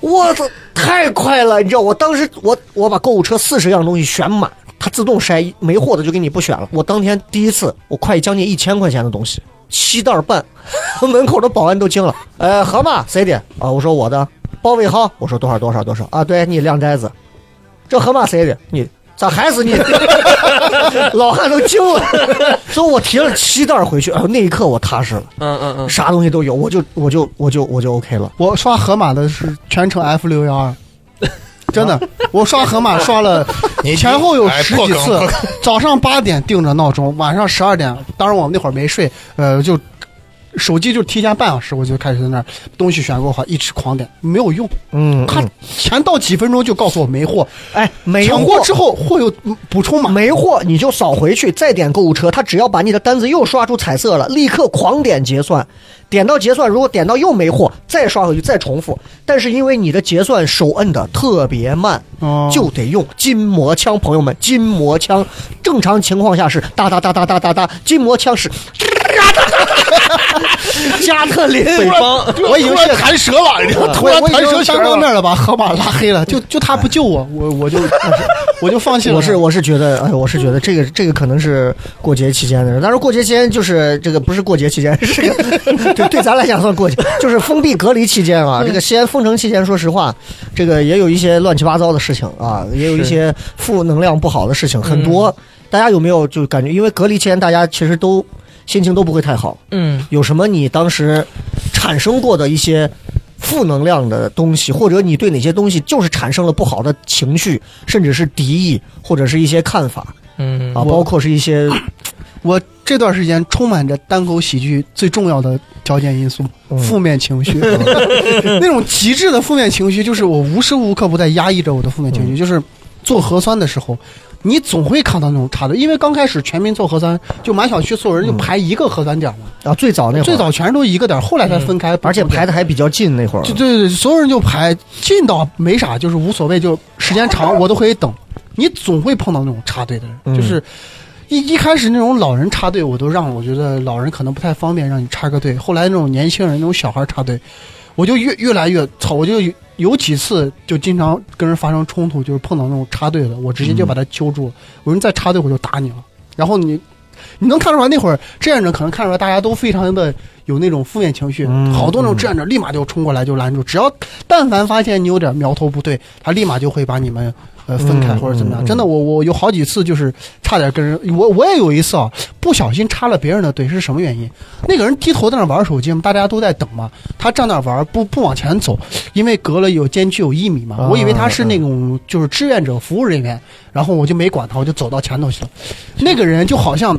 A: 我操，太快了！你知道，我当时我我把购物车四十样东西选满，它自动筛没货的就给你不选了。我当天第一次，我快将近一千块钱的东西， 七袋半，门口的保安都惊了。呃，河马谁点啊？我说我的，包尾号，我说多少多少多少啊，对你两袋子，这河马谁的？你咋还是你？ 老汉都惊了，所以我提了七袋儿回去，哎呦，那一刻我踏实了，
B: 嗯嗯 嗯，
A: 啥东西都有，我就我就我就我就 OK 了。
C: 我刷河马的是全程 F 六幺二，真的，我刷河马刷了
D: 你
C: 前后有
D: 哎
C: 十
D: 破
C: 几
D: 梗
C: 次
D: 破梗，
C: 早上八点定着闹钟，晚上十二点，当然我们那会儿没睡，呃，就手机就提前半小时，我就开始在那儿东西选购好，一直狂点，没有用，
A: 嗯，
C: 他前到几分钟就告诉我没货，
A: 哎，没
C: 抢
A: 货
C: 货之后货有补充码，
A: 没货你就扫回去，再点购物车，他只要把你的单子又刷出彩色了，立刻狂点结算，点到结算，如果点到又没货，再刷回去再重复。但是因为你的结算手摁的特别慢，
C: 哦
A: 就得用筋膜枪，朋友们，筋膜枪，正常情况下是哒哒哒哒哒哒哒，筋膜枪是 加特林。
B: 北方
C: 我已经
D: 突然
C: 卸
D: 弹舌了，你知道吗突
C: 我
D: 然
C: 啊我已
D: 弹舌
C: 经
D: 弦
C: 伤到
D: 了
C: 那。儿了吧？河马拉黑了，就就他不救我，我我就我就放弃了。
A: 我是我是觉得，哎，我是觉得这个这个可能是过节期间的事。当然，过节期间就是这个不是过节期间，是 个对对咱来讲算过节，就是封闭隔离期间
C: 嗯
A: 啊。这个西安封城期间，说实话，这个也有一些乱七八糟的事情啊，也有一些负能量不好的事情，很多。
C: 嗯
A: 大家有没有就感觉，因为隔离期间大家其实都心情都不会太好，
B: 嗯
A: 有什么你当时产生过的一些负能量的东西，或者你对哪些东西就是产生了不好的情绪，甚至是敌意，或者是一些看法
B: 嗯
A: 啊，包括是一些
C: 我这段时间充满着单口喜剧最重要的条件因素
A: 嗯
C: ——负面情绪。那种极致的负面情绪，就是我无时无刻不在压抑着我的负面情绪。就是做核酸的时候，你总会看到那种差的，因为刚开始全民做核酸，就满小区所有人就排一个核酸点嘛，
A: 啊，最早那会儿，嗯
C: 最，早全都一个点，后来才分开，
A: 而且排
C: 的。
A: 的还比较近那会儿
C: 对，对对，所有人就排进到没啥，就是无所谓，就时间长我都可以等。你总会碰到那种插队的人，
A: 嗯
C: 就是一一开始那种老人插队，我都让我觉得老人可能不太方便让你插个队。后来那种年轻人、那种小孩插队，我就越越来越操，我就有有几次就经常跟人发生冲突，就是碰到那种插队的，我直接
A: 嗯
C: 就把他揪住了，我说你再插队我就打你了。然后你。你能看出来那会儿志愿者可能看出来大家都非常的有那种负面情绪，
A: 嗯
C: 好多那种
A: 嗯
C: 志愿者立马就冲过来就拦住，只要但凡发现你有点苗头不对，他立马就会把你们呃分开
A: 嗯
C: 或者怎么样。
A: 嗯
C: 真的，我我有好几次就是差点跟人，我我也有一次啊，不小心插了别人的队，是什么原因？那个人低头在那玩手机嘛，大家都在等嘛，他站那玩不不往前走，因为隔了有间距有一米嘛，
A: 啊
C: 我以为他是那种就是志愿者服务人员，然后我就没管他，我就走到前头去了。那个人就好像。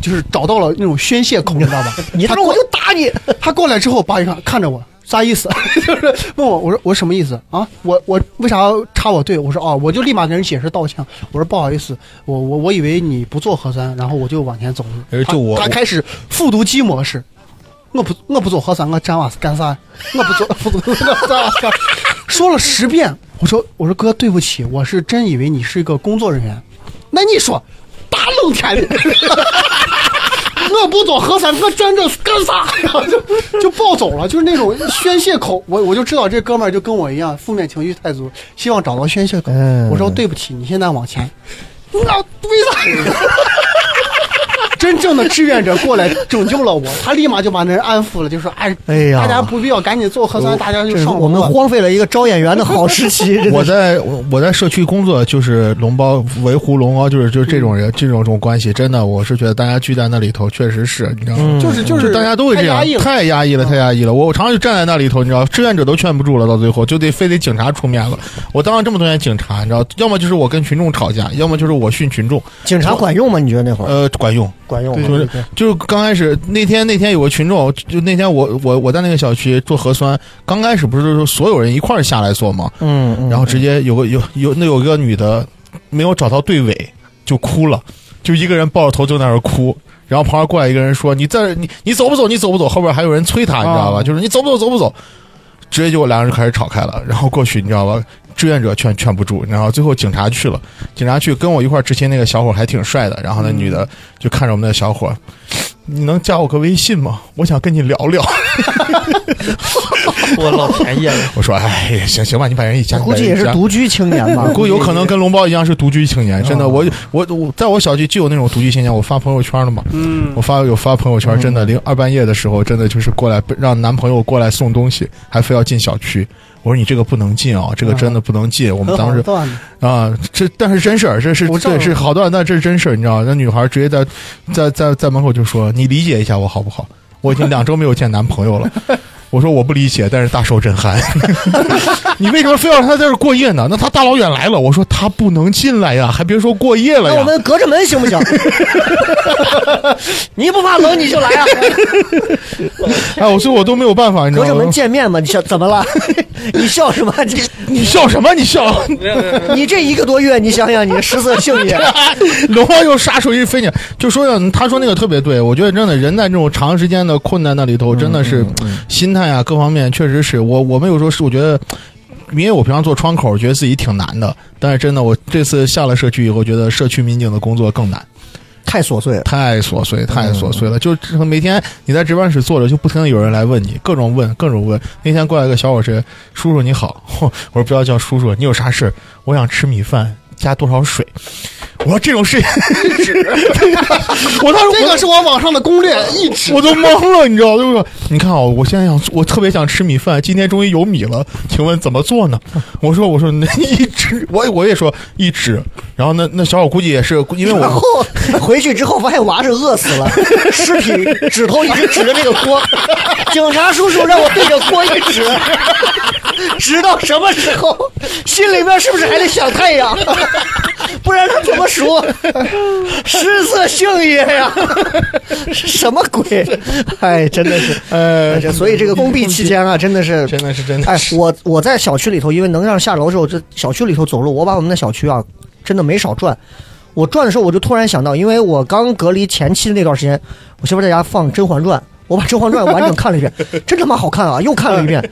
C: 就是找到了那种宣泄口，你知道吧？
A: 你
C: 他
A: 说我就打你，
C: 他过来之后，爸一看看着我，啥意思？ 就是问我，我说我什么意思啊？我我为啥插我队？我说哦，我就立马跟人解释道歉。我说不好意思，我我我以为你不做核酸，然后我就往前走了。
D: 哎就我
C: 他他开始复读机模式，我不我不做核酸，我干啥干啥？我不做 复读我干啥？说了十遍，我说我说哥对不起，我是真以为你是一个工作人员。那你说，大冷天的， 我不做核酸，我站这干啥呀？就就暴走了，就是那种宣泄口。我我就知道这哥们儿就跟我一样，负面情绪太足，希望找到宣泄口。
A: 嗯
C: 我说对不起，你现在往前。那为啥？ 真正的志愿者过来拯救了我，他立马就把那人安抚了，就说：“哎，
A: 哎呀
C: 大家不必要赶紧做核酸，大家就
A: 这是
C: 上楼
A: 我们
C: 吧
A: 荒废了一个招演员的好时期，真的
D: 我在我我在社区工作，就是龙包维护龙包，就是就是这种
C: 嗯
D: 人这种这种关系，真的，我是觉得大家聚在那里头，确实是你知道吗？
C: 就是就
D: 嗯就是大家都会这样
C: 太压抑，了嗯
D: 太压抑了，太压抑了。我我常常就站在那里头，你知道，志愿者都劝不住了，到最后就得非得警察出面了。我当了这么多年警察，你知道，要么就是我跟群众吵架，要么就是我训群众。
A: 嗯警察管用吗？你觉得那会
C: 嗯
A: 儿
D: 呃，管用，
A: 管用吗？
C: 对
D: 就是就是刚开始那天那天有个群众，就那天我我我在那个小区做核酸，刚开始不是说所有人一块儿下来做吗？
A: 嗯，嗯
D: 然后直接有个有有那有个女的没有找到队尾就哭了，就一个人抱着头就在那儿哭。然后旁边过来一个人说：“你在你你走不走？你走不走？”后边还有人催他，你知道吧？
C: 啊
D: 就是你走不走？走不走？直接就两个人就开始吵开了。然后过去，你知道吧？志愿者劝劝不住，然后最后警察去了。警察去跟我一块儿执勤那个小伙还挺帅的。然后那女
A: 嗯
D: 的就看着我们那小伙，你能加我个微信吗？我想跟你聊聊。
B: 我嗯老便宜 了，
D: 我说：“哎，行行吧，你把人一加，
A: 我估计也是
D: 加
A: 独居青年吧，
D: 估计有可能跟龙包一样是独居青年，真的，我我我在我小区就有那种独居青年，我发朋友圈了嘛，
C: 嗯
D: 我发有发朋友圈，真的零二半夜的时候，真的就是过来让男朋友过来送东西，还非要进小区，我说你这个不能进啊、这个真的不能进。我们 当时
C: 断
D: 啊，这但是真事儿，这是
C: 我知道
D: 对，是好多人，但这是真事儿，你知道？那女孩直接在在在在门口就说：“你理解一下我好不好？我已经两周没有见男朋友了。”我说我不理解，但是大受震撼。 你为什么非要让他在这儿过夜呢？那他大老远来了，我说他不能进来呀，还别说过夜了
A: 那我
D: 呀。
A: 们隔着门行不 行？你不怕冷你就来啊，
D: 哎，我所以我都没有办法，你知
A: 隔着
D: 道
A: 门
D: 吗？
A: 见面嘛？你 笑怎么了？你笑什么？ 你
D: 你笑什么？你笑？
A: 你这一个多月，你想想你的食色性也，
D: 龙王又杀出一飞鸟，就说呀，他说那个特别对，我觉得真的人在这种长时间的困难那里头，真的是心态啊各方面确实是我我们有时候是我觉得。因为我平常做窗口，觉得自己挺难的，但是真的，我这次下了社区以后，觉得社区民警的工作更难，
A: 太琐碎了。
D: 太琐
C: 嗯
D: 碎，太琐碎了。就是每天你在值班室坐着，就不停的有人来问你，各种问，各种问。那天过来一个小伙子，叔叔你好， 我说不要叫叔叔，你有啥事？我想吃米饭，加多少水？我说这种事情， 我当时
C: 这
D: 我
C: 个是我网上的攻略，一直
D: 我都懵了，你知道就是说，你看啊、我现在想，我特别想吃米饭，今天终于有米了，请问怎么做呢？我说，我说那一只，我我也说一只，然后那那小伙估计也是 因为
A: 然后
D: 我。
A: 回去之后发现娃是饿死了，尸体指头一直指着这个 锅，警察叔叔让我对着锅一指， 指到什么时候？心里面是不是还得想太阳？ 不然他怎么说食色性也呀？ 什么鬼？哎，真的是，
D: 呃，
A: 这所以这个封闭期间啊，真的是
D: 真的是真的
A: 哎
D: 是，
A: 我我在小区里头，因为能让下楼之后，这小区里头走路，我把我们的小区啊，真的没少转。我转的时候，我就突然想到，因为我刚隔离前期的那段时间，我媳妇在家放《甄嬛传》，我把《甄嬛传》完整看了一遍， 真他妈好看啊！又看了一 遍，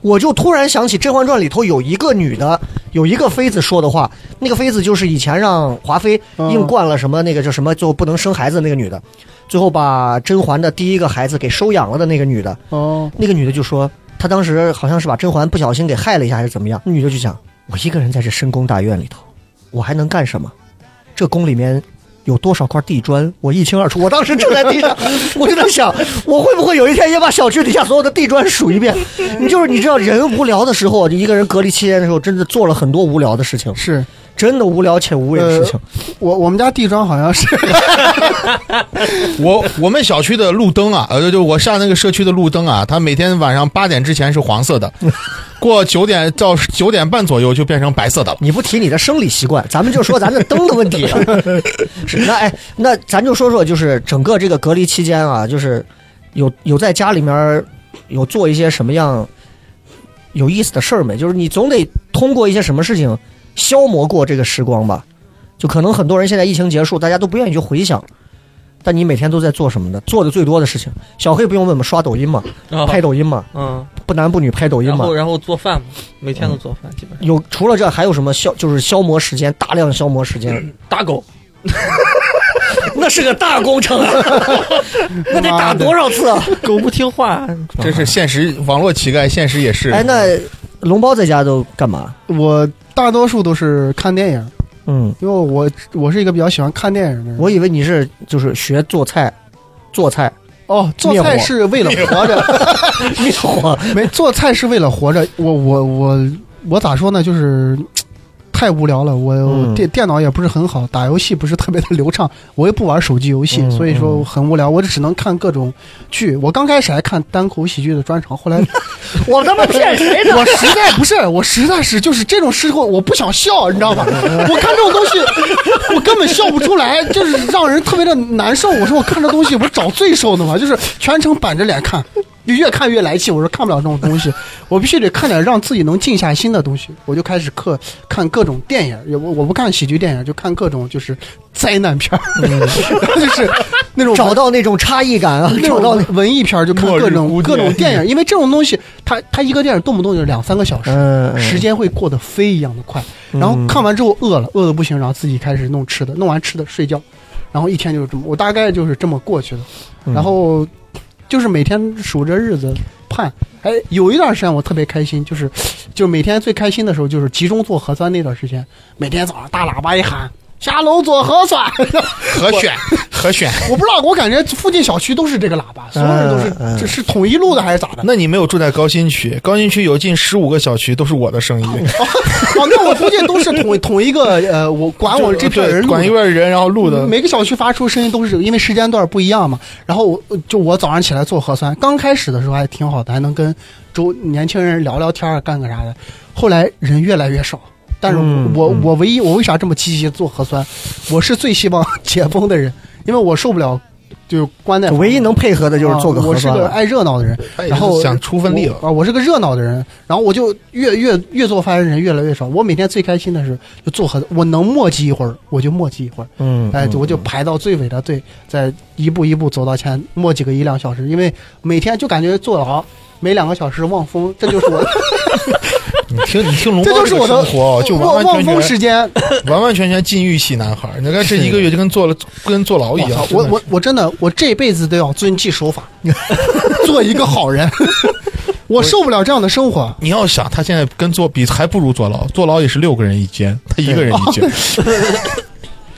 A: 我就突然想起《甄嬛传》里头有一个女的，有一个妃子说的话，那个妃子就是以前让华妃
D: 嗯
A: 硬灌了什么那个叫什么就不能生孩子的那个女的，最后把甄嬛的第一个孩子给收养了的那个女的，
C: 哦，
A: 那个女的就说，她当时好像是把甄嬛不小心给害了一下，还是怎么样？那女的就想，我一个人在这深宫大院里头，我还能干什么？这宫里面有多少块地砖，我一清二楚。我当时正在地上， 我就在想，我会不会有一天也把小区底下所有的地砖数一遍？你就是你知道，人无聊的时候，就一个人隔离期间的时候，真的做了很多无聊的事情，
C: 是
A: 真的无聊且无味的事情。
C: 我我们家地砖好像是
D: 我我们小区的路灯啊，呃，就就我上那个社区的路灯啊，它每天晚上八点之前是黄 色的，过九点到九点半左右就变成白色的了。
A: 你不提你的生理习惯，咱们就说咱的灯的问题了。 是那哎，那咱就说说，就是整个这个隔离期间啊，就是有有在家里面儿有做一些什么样有意思的事儿没？就是你总得通过一些什么事情消磨过这个时光吧。就可能很多人现在疫情结束，大家都不愿意去回想，但你每天都在做什么呢？做的最多的事情，小黑不用问嘛，刷抖音嘛，
B: 啊
A: 拍抖音嘛，
B: 嗯，
A: 不男不女拍抖音
B: 然
A: 嘛
B: 后。然后做饭嘛，嗯每天都做饭，基本上
A: 有除了这还有什么消就是消磨时间，大量消磨时间。
B: 打狗，
A: 那是个大工程 啊，那得打多少次啊？
B: 狗不听 话，
D: 这是现实，网络乞丐，现实也是。
A: 哎，那龙包在家都干嘛？
C: 我大多数都是看电影，
A: 嗯，
C: 因为我我是一个比较喜欢看电影的人。
A: 我以为你是就是学做菜，做 菜
C: 哦，做
A: 灭火
C: 菜是为了活着，
A: 灭火。
C: 没做菜是为了活着。我我我我咋说呢？就是嘖太无聊了。我、
A: 嗯
C: 电电脑也不是很好，打游戏不是特别的流畅，我也不玩手机游戏，
A: 嗯
C: 所以说很无聊。我只能看各种剧。我刚开始还看单口喜剧的专场，后来
A: 我他妈骗谁呢？
C: 我实在不是，我实在是就是这种时候我不想笑，你知道吧？我看这种东西，我根本笑不出来，就是让人特别的难受。我说我看这东西，我找罪受呢嘛，就是全程板着脸看，就越看越来气。我说看不了这种东西，我必须得看点让自己能静下心的东西。我就开始看看各种电影，也我我不看喜剧电影，就看各种就是灾难片儿， 就是那种
A: 找到那种差异感啊，
C: 找
A: 找到
C: 到那
A: 那
C: 文艺片儿就看
D: 末日
C: 各种
D: 孤
C: 各种
D: 舰
C: 电影，因为这种东西，它它一个电影动不动就两三个小时，
A: 嗯嗯
C: 时间会过得飞一样的快。然后看完之后饿了，饿的不行，然后自己开始弄吃的，弄完吃的睡觉，然后一天就是这么，我大概就是这么过去的。然后就是每天数着日子盼。哎，有一段时间我特别开心，就是就是每天最开心的时候就是集中做核酸那段时间，每天早上大喇叭一喊，下楼做核酸。
D: 何选何选？
C: 我不知道，我感觉附近小区都是这个喇叭，所有人都
A: 嗯嗯
C: 是，这是统一路的还是咋的？
D: 那你没有住在高新区，高新区有近十五个小区都是我的声音，
C: 哦，那我估计都是 同同一个呃，我管我这片人
D: 对
C: 录的，
D: 管一边人，然后录的
C: 嗯每个小区发出声音都是这个因为时间段不一样嘛。然后我就我早上起来做核酸，刚开始的时候还挺好的，还能跟周年轻人聊聊天儿，干个啥的。后来人越来越少，但是我、
A: 嗯
C: 我
A: 嗯
C: 我唯一我为啥这么积极做核酸？我是最希望解封的人，因为我受不了就是关在
A: 唯一能配合的就是做个
C: 啊我
A: 核
C: 是
A: 酸
C: 个
A: 了。
C: 爱热闹的人，然后
D: 哎想出分力了。
C: 啊！我是个热闹的人，然后我就越越越做发言人越来越少。我每天最开心的是就做核，我能磨叽一会儿我就磨叽一会儿，
A: 嗯，
C: 哎，
A: 嗯
C: 我就排到最尾的队，再一步一步走到前，磨几个一两小时，因为每天就感觉坐牢，每两个小时望风，这就是 我的，
D: 你听你听龙
C: 这
D: 猫
C: 就是
D: 个
C: 我的
D: 生活，哦就
C: 望
D: 完完
C: 望
D: 全
C: 风
D: 全
C: 时间。
D: 完完全全禁欲系男孩，你看这一个月就跟坐了跟坐牢一样。
C: 我
D: 真的
C: 我我真的我这辈子都要遵纪 守法，做一个好人。我受不了这样的生活，
D: 你要想他现在跟坐比还不如坐牢，坐牢也是六个人一间，他一个人一 间。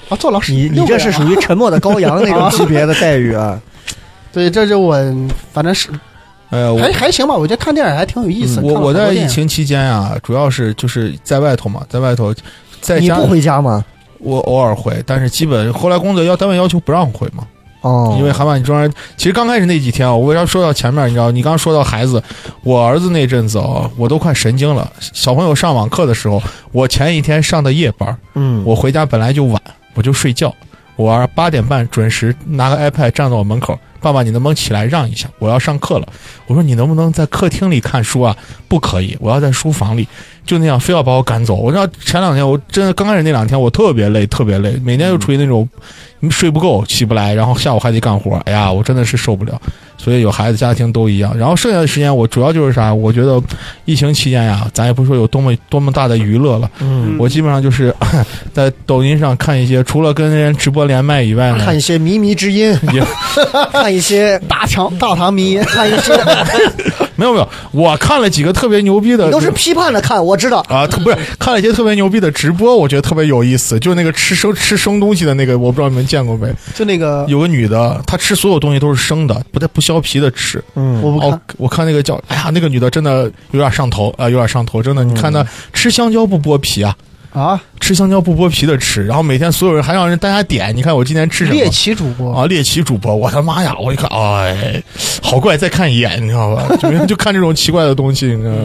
C: 啊，坐牢是
A: 你你这是属于沉默的羔羊那种 级别的待遇 啊！
C: 对，这就我反正是
D: 哎呀，我嗯
C: 还还行吧，我觉得看电影还挺有意思。看了
D: 我我
C: 好多
D: 在
C: 电
D: 疫
C: 影
D: 情期间啊，主要是就是在外头嘛，在外头，在
A: 你
D: 家
A: 不回家吗？
D: 我偶尔回，但是基本后来工作要单位要求不让回嘛，
A: 哦，
D: 因为韩版你中间其实刚开始那几天啊，我为啥说到前面？你知道，你刚说到孩子，我儿子那阵子哦，我都快神经了。小朋友上网课的时候，我前一天上的夜班，
A: 嗯，
D: 我回家本来就晚，我就睡觉。我八点半准时拿个 iPad 站在我门口，爸爸，你能不能起来让一下？我要上课了。我说你能不能在客厅里看书啊？不可以，我要在书房里。就那样，非要把我赶走。我知道前两天我真的刚开始那两天我特别累，特别累，每天就处于那种睡不够、起不来，然后下午还得干活。哎呀，我真的是受不了。所以有孩子家庭都一样。然后剩下的时间，我主要就是啥？我觉得疫情期间呀，咱也不说有多么多么大的娱乐了，
A: 嗯
D: 我基本上就是 在抖音上看一些，除了跟人直播连麦以外
A: 看
D: 呢，
A: 一些靡靡之 音
D: 也，
A: 看一些
C: 大唐大唐迷音，
A: 看一些，
D: 没有没有，我看了几个特别牛逼的，
A: 你都是批判的看，我知道。
D: 啊，特不是看了一些特别牛逼的直播，我觉得特别有意思，就是那个吃生吃生东西的那个，我不知道你们见过没？
A: 啊
C: 就那个
D: 有个女的，她吃所有东西都是生的，不带不削皮的吃。
A: 嗯
C: 我不看
D: 哦，，我看那个叫，哎呀，那个女的真的有点上头啊、有点上头，真
A: 嗯
D: 的，你看她吃香蕉不剥皮啊。
C: 啊，
D: 吃香蕉不剥皮的吃，然后每天所有人还让人大家点，你看我今天吃什么？
C: 猎奇主播
D: 啊，猎奇主播，我的妈呀！我一看，哎，好怪，再看一眼，你知道吧？ 就就看这种奇怪的东西，你知道吗？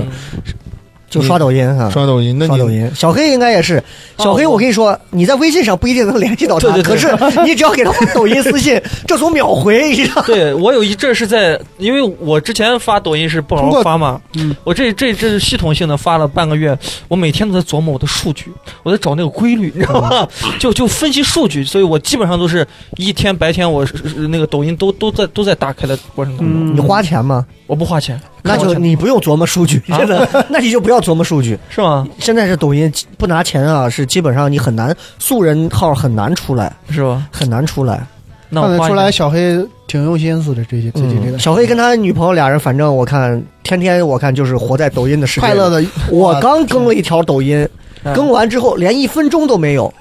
A: 就刷抖音啊哈。
D: 刷抖音，那
A: 嗯刷抖
D: 你
A: 音，小黑应该也是。小黑，我跟你说，你在微信上不一定能联系到他，
B: 对对
A: 可
B: 对
A: 是你只要给他发抖音私信，这总秒回，你知 道？
B: 对我有一阵儿是在，因为我之前发抖音是不好
C: 通
B: 好
C: 过
B: 发嘛，
C: 嗯
B: 我这这这是系统性的发了半个月，我每天都在琢磨我的数据，我在找那个规律，你 知道吗？
C: 嗯
B: 就就分析数据，所以我基本上都是一天白天我是是那个抖音都都在都在打开的过程当中，
C: 嗯
A: 你花钱吗？
B: 我不花钱，
A: 那
B: 不花
A: 就
B: 钱
A: 你不用琢磨数据，
B: 啊
A: 真的， 那你就不要琢磨数据。
B: 是吗？
A: 现在这抖音不拿钱啊，是基本上你很难素人号很难出来，
B: 是吧？
A: 很难出来。
B: 那
C: 看
B: 我
C: 得
B: 花
C: 出
B: 一
C: 来
B: 点
C: 小黑挺用心思的，这些这些这
A: 嗯
C: 个
A: 小黑跟他女朋友俩人，反正我看天天我看就是活在抖音的世界。
C: 快乐。的，
A: 我刚更了一条抖音，
B: 嗯
A: 更完之后连一分钟都没 有，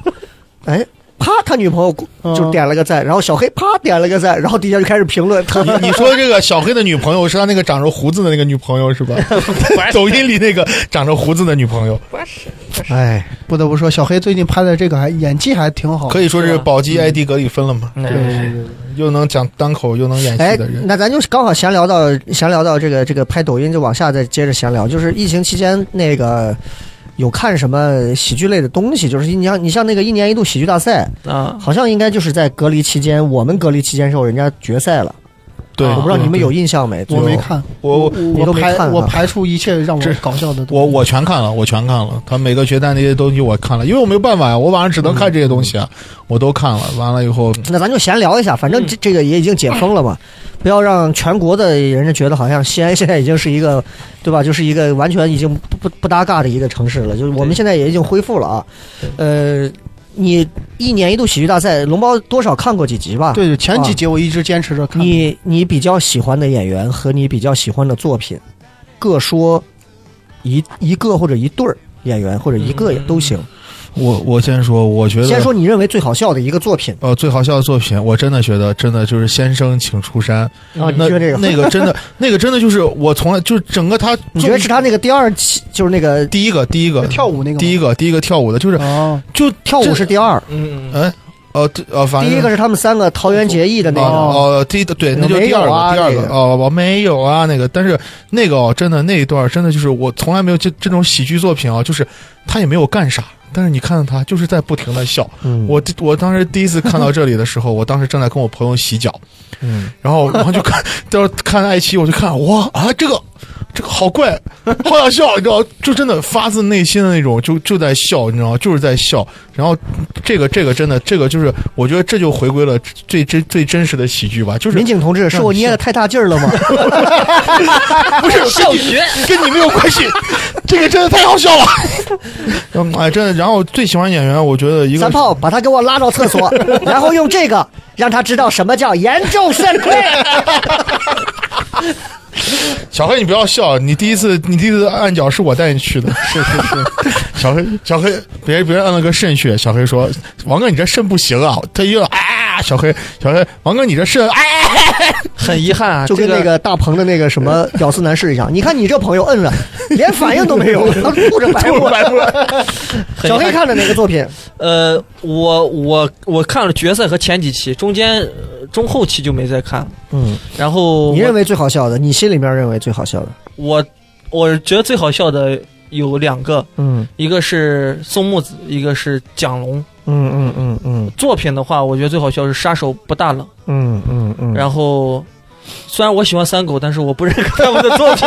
A: 哎。啪！他女朋友
D: 嗯
A: 就点了个赞，然后小黑啪点了个赞，然后底下就开始评论他。
D: 你说这个小黑的女朋友是他那个长着胡子的那个女朋友是 吧？抖音里那个长着胡子的女朋友，
A: 哎，
C: 不得不说，小黑最近拍的这个还演技还挺
A: 哦
C: 好。
D: 可以说是宝
A: 嗯
D: 鸡 ID 格里芬了嘛？
B: 嗯
C: 对对对对
D: 又能讲单口，又能演戏
A: 哎
D: 的，人，
A: 那咱就刚好闲聊到闲聊到这个这个拍抖音，就往下再接着闲聊。就是疫情期间那个有看什么喜剧类的东西？就是你像你像那个一年一度喜剧大赛，
D: 嗯
B: 啊，
A: 好像应该就是在隔离期间，我们隔离期间时候人家决赛了。
D: 对，
A: 我不知道你们有印象没？
C: 我没，看，
D: 我我
A: 你
C: 我
A: 都没
C: 排
A: 看啊
C: 我排除一切让
D: 这
C: 我搞笑的东西。
D: 我我全看了，我全看了，他每个决赛那些东西我看了，因为我没有办法呀，我晚上只能看这些东西啊，我都看了，完了以后
A: 那咱就闲聊一下，反正这这个也已经解封了嘛，不要让全国的人家觉得好像西安现在已经是一个，对吧？就是一个完全已经不不不搭嘎的一个城市了，就是我们
B: 对
A: 现在也已经恢复了啊。呃，你一年一度喜剧大赛，龙猫多少看过几集吧？，
C: 对对，前几集我一直坚持着看。
A: 你你比较喜欢的演员和你比较喜欢的作品，各说一一个或者一对儿演员或者一个也都行。
D: 我我先说，我觉得
A: 先说你认为最好笑的一个作品，
D: 呃最好笑的作品，我真的觉得真的就是《先生请出山》
A: 然后哦你
D: 那
A: 觉得这个，
D: 那个真的那个真的就是我从来就是整个他，
A: 你觉得是他那个第二期，就是那个
D: 第一个第一个
C: 跳舞那个吗
D: 第一个第一个跳舞
A: 嗯
D: 的，就是
C: 哦，
D: 就
A: 跳舞
D: 这
A: 是第二，
B: 嗯， 嗯
D: 哎呃对呃反
A: 第
D: 正
A: 一个是他们三个桃园结义的那个，
D: 哦，哦第一对，那就第
A: 没有
D: 二个，
A: 啊
D: 第二
A: 那
D: 个
A: 个
D: 哦，我没有啊，那个，但是那个哦，真的那一段真的就是我从来没有这这种喜剧作品啊，就是他也没有干啥，但是你看到他就是在不停的笑。
A: 嗯
D: 我我当时第一次看到这里的时候，我当时正在跟我朋友洗脚，
A: 嗯，
D: 然后然后就看，就是看爱奇艺，我就看哇啊这个。这个好怪，好想笑，你知道，就真的发自内心的那种，就就在笑，你知道，就是在笑。然后，这个这个真的，这个就是，我觉得这就回归了最真最真实的喜剧吧，就是
A: 民警同志，是我捏的太大劲儿了吗？
D: 不是
B: 笑学，
D: 跟你没有 关系，这个真的太好笑了。 嗯哎，真的，然后最喜欢演员，我觉得一个
A: 三炮，把他给我拉到厕所，然后用这个让他知道什么叫严重肾亏。
D: 小黑，你不要笑，你第一次你第一次按脚是我带你去的，是是是。小黑，小黑，别别人按了个肾穴，小黑说：“王哥，你这肾不行啊！”他一个啊，小黑，小黑，王哥，你这肾啊，
B: 很遗憾啊，
A: 就跟
B: 这
A: 那个大鹏的那个什么屌丝男士一样，你看你这朋友摁了，连反应都没有，然后吐着白沫。
D: 白沫。
B: 很遗
A: 小
B: 憾
A: 黑看的哪个作品？
B: 呃，我我我看了决赛和前几期，中间、呃中后期就没再看了。
A: 嗯，
B: 然后
A: 你
B: 我
A: 认为最好笑的，你心里面认为最好笑的？
B: 我我觉得最好笑的有两个，
A: 嗯
B: 一个是松木子，一个是蒋龙。
A: 嗯嗯嗯
B: 作品的话，我觉得最好笑是杀手不大冷。
A: 嗯嗯嗯
B: 然后，虽然我喜欢三狗，但是我不认可他们的作 品。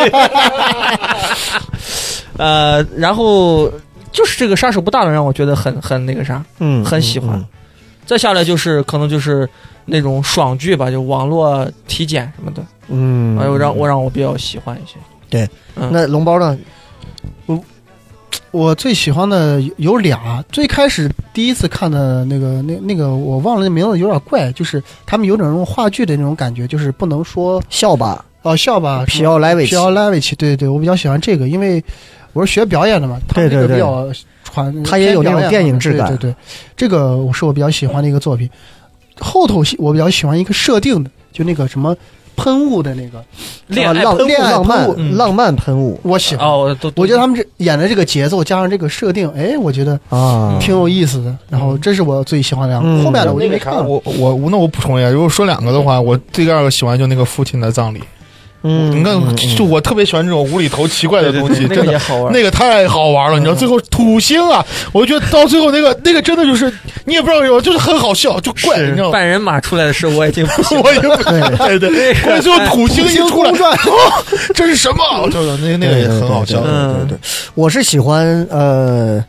B: 呃，然后就是这个杀手不大冷让我觉得很很那个啥，
A: 嗯
B: 很喜欢。再下来就是可能就是那种爽剧吧，就网络体检什么的，
A: 嗯，
B: 哎、我让我让我比较喜欢一些。嗯
A: 那龙包呢？
C: 我最喜欢的有有俩，最开始第一次看的那个那那个我忘了那名字，有点怪，就是他们有点那种话剧的那种感觉，就是不能说
A: 笑吧，
C: 哦笑吧，
A: 皮奥莱维奇
C: 皮。奥莱维奇，对对对，我比较喜欢这个，因为我是学表演的嘛，他
A: 对
C: 这个
A: 对对
C: 比较传，
A: 他也有那种
C: 偏表演
A: 电影质感
C: 对对对，这个我是我比较喜欢的一个作品。后头喜我比较喜欢一个设定的，就那个什么喷雾的那个，
B: 恋
A: 啊
B: 爱
A: 浪
B: 喷
C: 恋爱
A: 浪
C: 喷雾
A: 漫
B: 嗯
A: 浪漫喷雾
C: 我喜欢。
B: 哦，我都
C: 我觉得他们这演的这个节奏加上这个设定，哎，我觉得
A: 啊，
C: 挺有意思的。然后这是我最喜欢的两个，
A: 嗯
C: 后面的我就
D: 那
C: 没
D: 个
C: 看
D: 啥，
C: 了。
D: 我我我那我补充一下，如果说两个的话，我第二个喜欢就那个父亲的葬礼。
A: 嗯
D: 你看，就我特别喜欢这种无厘头奇怪的
B: 对对
D: 东
B: 对
D: 西，
B: 那
D: 真
B: 个
D: 的
B: 也好玩。
D: 那个太好玩了，你知道，最后土星啊，我觉得到最后那个那个真的就是你也不知道为什么，就是很好笑，就怪，你知道吗？
B: 半人马出来的时候，我已经不行
D: 我也不 对对， 怪最后哎土星一出来， 哦这是什 么？就是那那个也很好笑
A: 对
B: 嗯。
A: 对对对，我是喜欢呃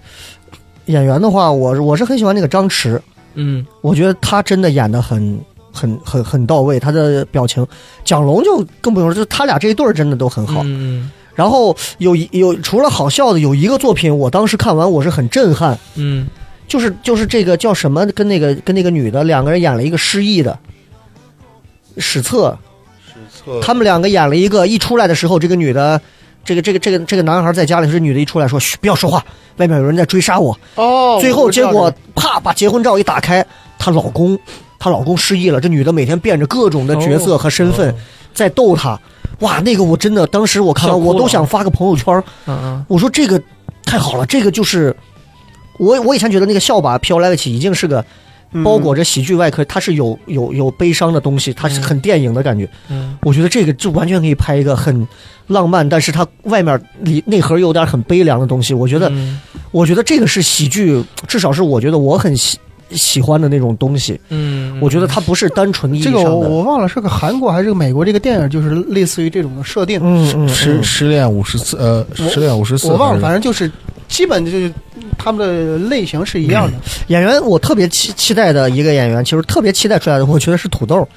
A: 演员的话，我是我是很喜欢那个张弛，
B: 嗯，
A: 我觉得他真的演的很很很很到位，他的表情，蒋龙就更不用说，就是他俩这一对儿真的都很好。
B: 嗯
A: 然后有一有除了好笑的，有一个作品我当时看完我是很震撼，
B: 嗯，
A: 就是就是这个叫什么跟那个跟那个女的两个人演了一个失忆的。史册，他们两个演了一个，一出来的时候，这个女的，这个这个这个这个男孩在家里，这女的一出来说：“嘘，不要说话，外面有人在追杀我。”
C: 哦
A: 最后结果啪，把结婚照一打开，她老公，她老公失忆了。这女的每天变着各种的角
B: 哦
A: 色和身份在逗她。哇，那个我真的，当时我看完
B: 笑哭
A: 我
B: 了
A: 都想发个朋友圈儿，
B: 嗯嗯
A: 我说这个太好了，这个就是我我以前觉得那个笑吧飘来得起已经是个包裹着喜剧外壳，它是有有有悲伤的东西，它是很电影的感觉。
B: 嗯
A: 我觉得这个就完全可以拍一个很浪漫，但是它外面里内核有点很悲凉的东西。我觉得，
B: 嗯
A: 我觉得这个是喜剧，至少是我觉得我很喜喜欢的那种东西。
B: 嗯，
A: 我觉得它不是单纯意义
C: 这
A: 上
C: 个我
A: 的。
C: 我忘了是个韩国还是个美国这个电影，就是类似于这种的设定。
A: 嗯嗯
D: 失失恋五十次，呃，
C: 我
D: 失恋五十次，
C: 我忘了，反正就是基本就是他们的类型是一样的。
A: 演员我特别期期待的一个演员，其实特别期待出来的，我觉得是土豆。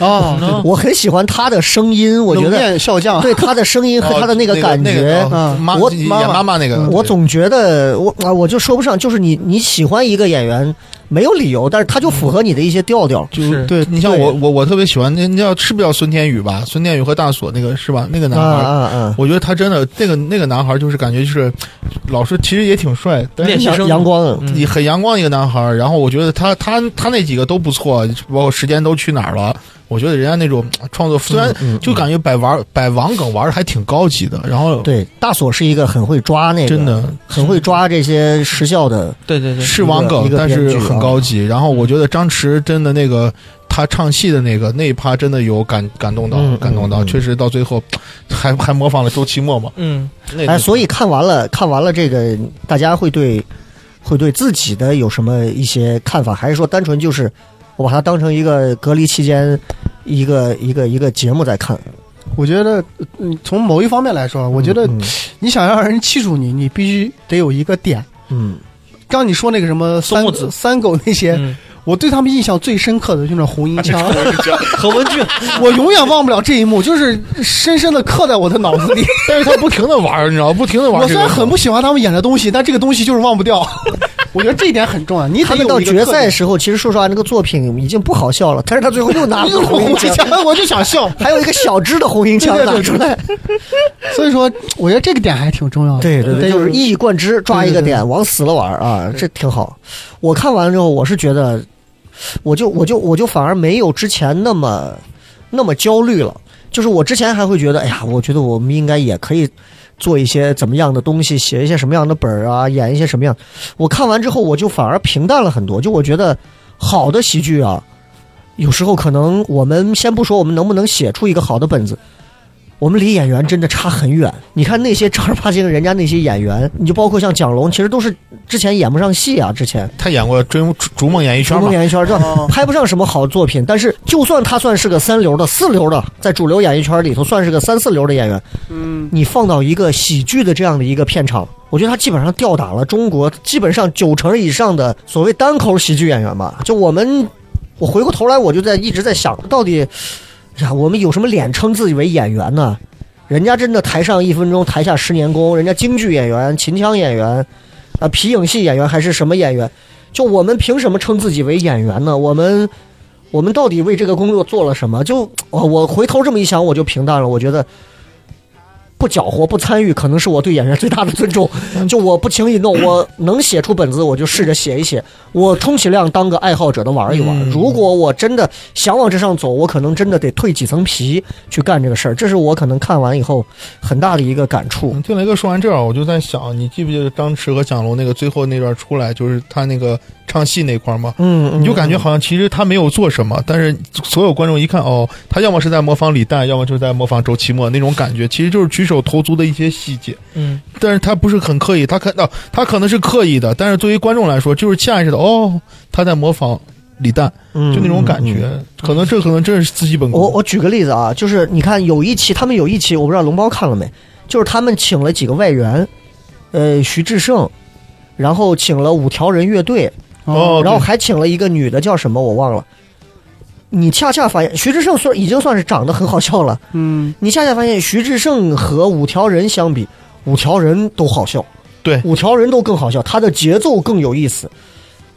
C: 哦，
A: 我很喜欢他的声音，我觉
C: 冷
A: 得
C: 面笑 匠，
A: 对他的声音和他的那
D: 哦那
A: 个感
D: 那个
A: 觉
D: 哦，
C: 嗯
D: 妈
A: 我
D: 演
C: 妈妈
D: 妈妈那个，
A: 我总觉得我啊，我就说不上，就是你你喜欢一个演员，没有理由，但是它就符合你的一些调调。
D: 就是
C: 对
D: 你像我，我我特别喜欢那，你叫是不是叫孙天宇吧？孙天宇和大锁那个是吧？那个男
A: 啊
D: 孩，
A: 啊啊！
D: 我觉得他真的那个那个男孩就是感觉就是，老师其实也挺帅，但
B: 练
D: 是
B: 习
A: 阳
B: 生
A: 阳光，
B: 嗯
D: 你很阳光一个男孩儿。然后我觉得他他他那几个都不错，包括时间都去哪儿了。我觉得人家那种呃创作虽然
A: 嗯嗯
D: 就感觉摆玩摆网梗玩的还挺高级的，然后
A: 嗯对，大锁是一个很会抓那个，
D: 真的
A: 很会抓这些时效的。
B: 对对对，
D: 是网
A: 一
D: 梗，
A: 个
D: 但
A: 编
D: 是
A: 剧
D: 很
A: 啊
D: 高级。然后我觉得张弛真的那个他唱戏的那个那一趴真的有感感动到
A: 嗯，
D: 感动
A: 嗯
D: 到，
A: 嗯
D: 确实到最后 还还模仿了周奇墨嘛。
B: 嗯，
D: 那
A: 哎，所以看完了看完了这个，大家会对会对自己的有什么一些看法，还是说单纯就是我把它当成一个隔离期间一个一个一个节目在看？
C: 我觉得，嗯，从某一方面来说，我觉得
A: 嗯
C: 你想让人记住你，你必须得有一个点。
A: 嗯
C: 刚你说那个什么
B: 松
C: 三
B: 木子
C: 三狗那些，
B: 嗯
C: 我对他们印象最深刻的 就是那红缨枪，
A: 哎
B: 何文俊，
C: 我永远忘不了这一幕，就是深深的刻在我的脑子 里。
D: 但是他不停的玩儿，你知道吗，不停的玩儿
C: 我
D: 这
C: 虽
D: 个梗。
C: 然很不喜欢他们演的东西，但这个东西就是忘不掉。 我觉得这一点很重要。你
A: 他们
C: 得有
A: 到
C: 一个
A: 决
C: 特
A: 赛
C: 点
A: 时候，其实说实话，那个作品已经不好笑了，但是他最后又 拿了个红缨
C: 红缨
A: 枪，
C: 枪，我就 想笑。
A: 还有一个小只的红缨枪
C: 对对
A: 拿
C: 对
A: 出来，
C: 所以说，我觉得这个点还挺重要的。
A: 啊对对
C: 得
A: 对，
C: 有
A: 就是一以贯之，抓一个点往死了玩儿啊，这挺好。我看完之后，我是觉得，我就我就我就反而没有之前那么那么焦虑了。就是我之前还会觉得，哎呀，我觉得我们应该也可以做一些怎么样的东西，写一些什么样的本儿啊，演一些什么样。我看完之后，我就反而平淡了很多。就我觉得，好的喜剧啊，有时候可能我们先不说我们能不能写出一个好的本子，我们离演员真的差很远。你看那些正儿八经的人家那些演员，你就包括像蒋龙，其实都是之前演不上戏啊，之前
D: 他演过《追逐逐梦演艺圈
A: 成》
D: 嘛
A: 龙，演艺圈这拍不上什么好作品。但是就算他算是个三流的、四流的，在主流演艺圈里头算是个三四流的演员，嗯，你放到一个喜剧的这样的一个片场，我觉得他基本上吊打了中国基本上九成以上的所谓单口喜剧演员吧。就我们，我回过头来我就在一直在想，到底哎呀，我们有什么脸称自己为演员呢？人家真的台上一分钟，台下十年功。人家京剧演员、秦腔演员，啊，皮影戏演员还是什么演员？就我们凭什么称自己为演员呢？我们，我们到底为这个工作做了什么？就我我回头这么一想，我就平淡了。我觉得不搅和、不参与，可能是我对演员最大的尊重。
D: 嗯
A: 就我不轻易弄，我能写出本子，我就试着写一写。我充其量当个爱好者的玩一
D: 嗯
A: 玩。如果我真的想往这上走，我可能真的得蜕几层皮去干这个事儿。这是我可能看完以后很大的一个感触。
D: 嗯听雷哥说完这儿，我就在想，你记不记得张弛和蒋龙那个最后那段出来，就是他那个唱戏那块儿吗？
A: 嗯，
D: 你就感觉好像其实他没有做什么，但是所有观众一看，哦，他要么是在模仿李诞，要么就是在模仿周奇墨那种感觉，其实就是举手投足的一些细节。
B: 嗯，
D: 但是他不是很刻意，他看到、他可能是刻意的，但是对于观众来说，就是下意识的，哦，他在模仿李诞，
A: 嗯
D: 就那种感觉。可能这可能真是自己本
A: 我
D: 功。
A: 我举个例子啊，就是你看有一期，他们有一期，我不知道龙猫看了没，就是他们请了几个外援，呃，徐志胜，然后请了五条人乐队，
D: 哦，
A: 然后还请了一个女的叫什么我忘了。你恰恰发现，徐志胜虽然已经算是长得很好笑了，
C: 嗯，
A: 你恰恰发现徐志胜和五条人相比，五条人都好笑，
D: 对
A: 五条人都更好笑，他的节奏更有意思。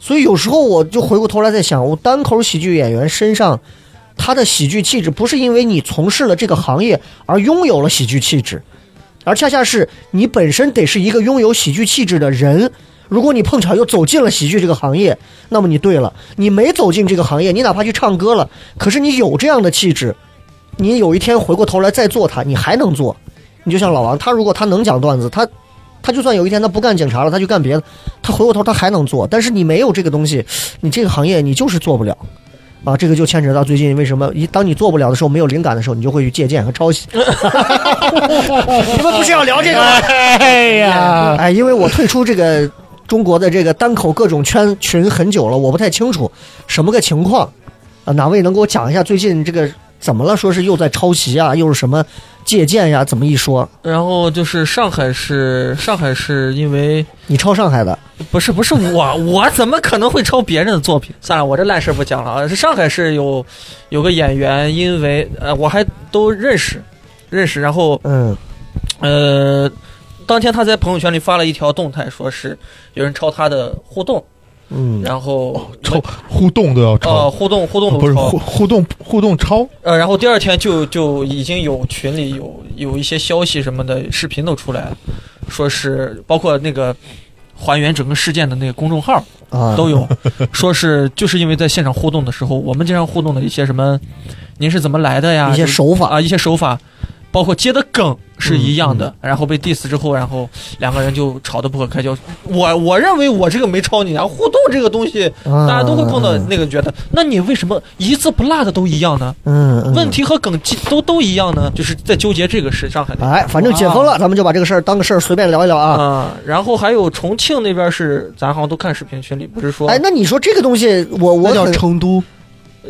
A: 所以有时候我就回过头来在想，我单口喜剧演员身上，他的喜剧气质不是因为你从事了这个行业而拥有了喜剧气质，而恰恰是你本身得是一个拥有喜剧气质的人。如果你碰巧又走进了喜剧这个行业，那么你对了；你没走进这个行业，你哪怕去唱歌了，可是你有这样的气质，你有一天回过头来再做它，你还能做。你就像老王，他如果他能讲段子，他他就算有一天他不干警察了，他去干别的，他回过头他还能做。但是你没有这个东西，你这个行业你就是做不了。啊，这个就牵扯到最近为什么一当你做不了的时候，没有灵感的时候，你就会去借鉴和抄袭。 你们不是要聊这个吗？
D: 哎呀，
A: 哎，因为我退出这个中国的这个单口各种圈群很久了，我不太清楚什么个情况啊，哪位能给我讲一下最近这个怎么了？说是又在抄袭啊，又是什么借鉴呀、怎么一说？
B: 然后就是上海是上海是因为
A: 你抄上海的，
B: 不是不是我， 我怎么可能会抄别人的作品？算了，我这烂事儿不讲了啊。是上海市有有个演员，因为呃我还都认识认识，然后
A: 嗯
B: 呃当天他在朋友圈里发了一条动态，说是有人抄他的互动，
A: 嗯，
B: 然后
D: 抽互动都要
B: 呃
D: 抽，
B: 互动互动
D: 哦不
B: 都
D: 是
B: 超
D: 互互动互动超，
B: 呃，然后第二天就就已经有群里有有一些消息什么的，视频都出来了，说是包括那个还原整个事件的那个公众号
A: 啊，
B: 都有，说是就是因为在现场互动的时候，我们经常互动的一些什么，您是怎么来的呀？
A: 一些
B: 就
A: 手法，
B: 啊，一些手法，包括接的梗是一样
A: 嗯
B: 的。然后被 diss 之后，然后两个人就吵得不可开交。我我认为我这个没抄你啊，互动这个东西
A: 大
B: 嗯大家都会碰
A: 啊
B: 到那个觉得，那你为什么一字不落的都一样呢？
A: 嗯嗯
B: 问。题和梗基都都一样呢？就是在纠结这个事，上海的。
A: 哎，反正解封了，咱们就把这个事儿当个事儿随便聊一聊啊。
B: 啊、然后还有重庆那边是，咱好像都看视频群里，不是说
A: 哎，那你说这个东西，我我
C: 那叫
A: 很
C: 成都，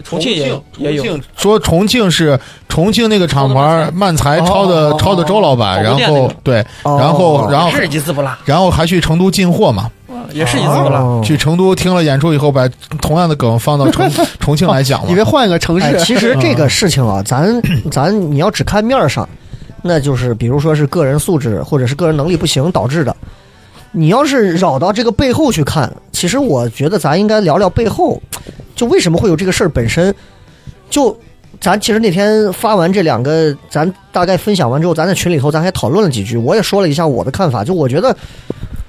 B: 重庆也有也有，
D: 说重庆是重庆那个厂牌漫才抄的
A: 哦
D: 抄的周老板，
B: 火锅
D: 然
B: 店那
D: 后
B: 个
D: 对，
A: 哦
D: 然后然后
B: 也是一字不落，
D: 然后还去成都进货嘛，
B: 也是一字不落。
A: 哦
D: 去成都听了演出以后，把同样的梗放到 重重庆来讲
C: 以
D: 嘛
C: 为。换一个城
A: 哎，
C: 市，嗯
A: 其实这个事情 啊，咱咱你要只看面儿上，那就是比如说是个人素质或者是个人能力不行导致的。你要是绕到这个背后去看，其实我觉得咱应该聊聊背后，就为什么会有这个事儿本身。就咱其实那天发完这两个，咱大概分享完之后，咱在群里头咱还讨论了几句，我也说了一下我的看法。就我觉得，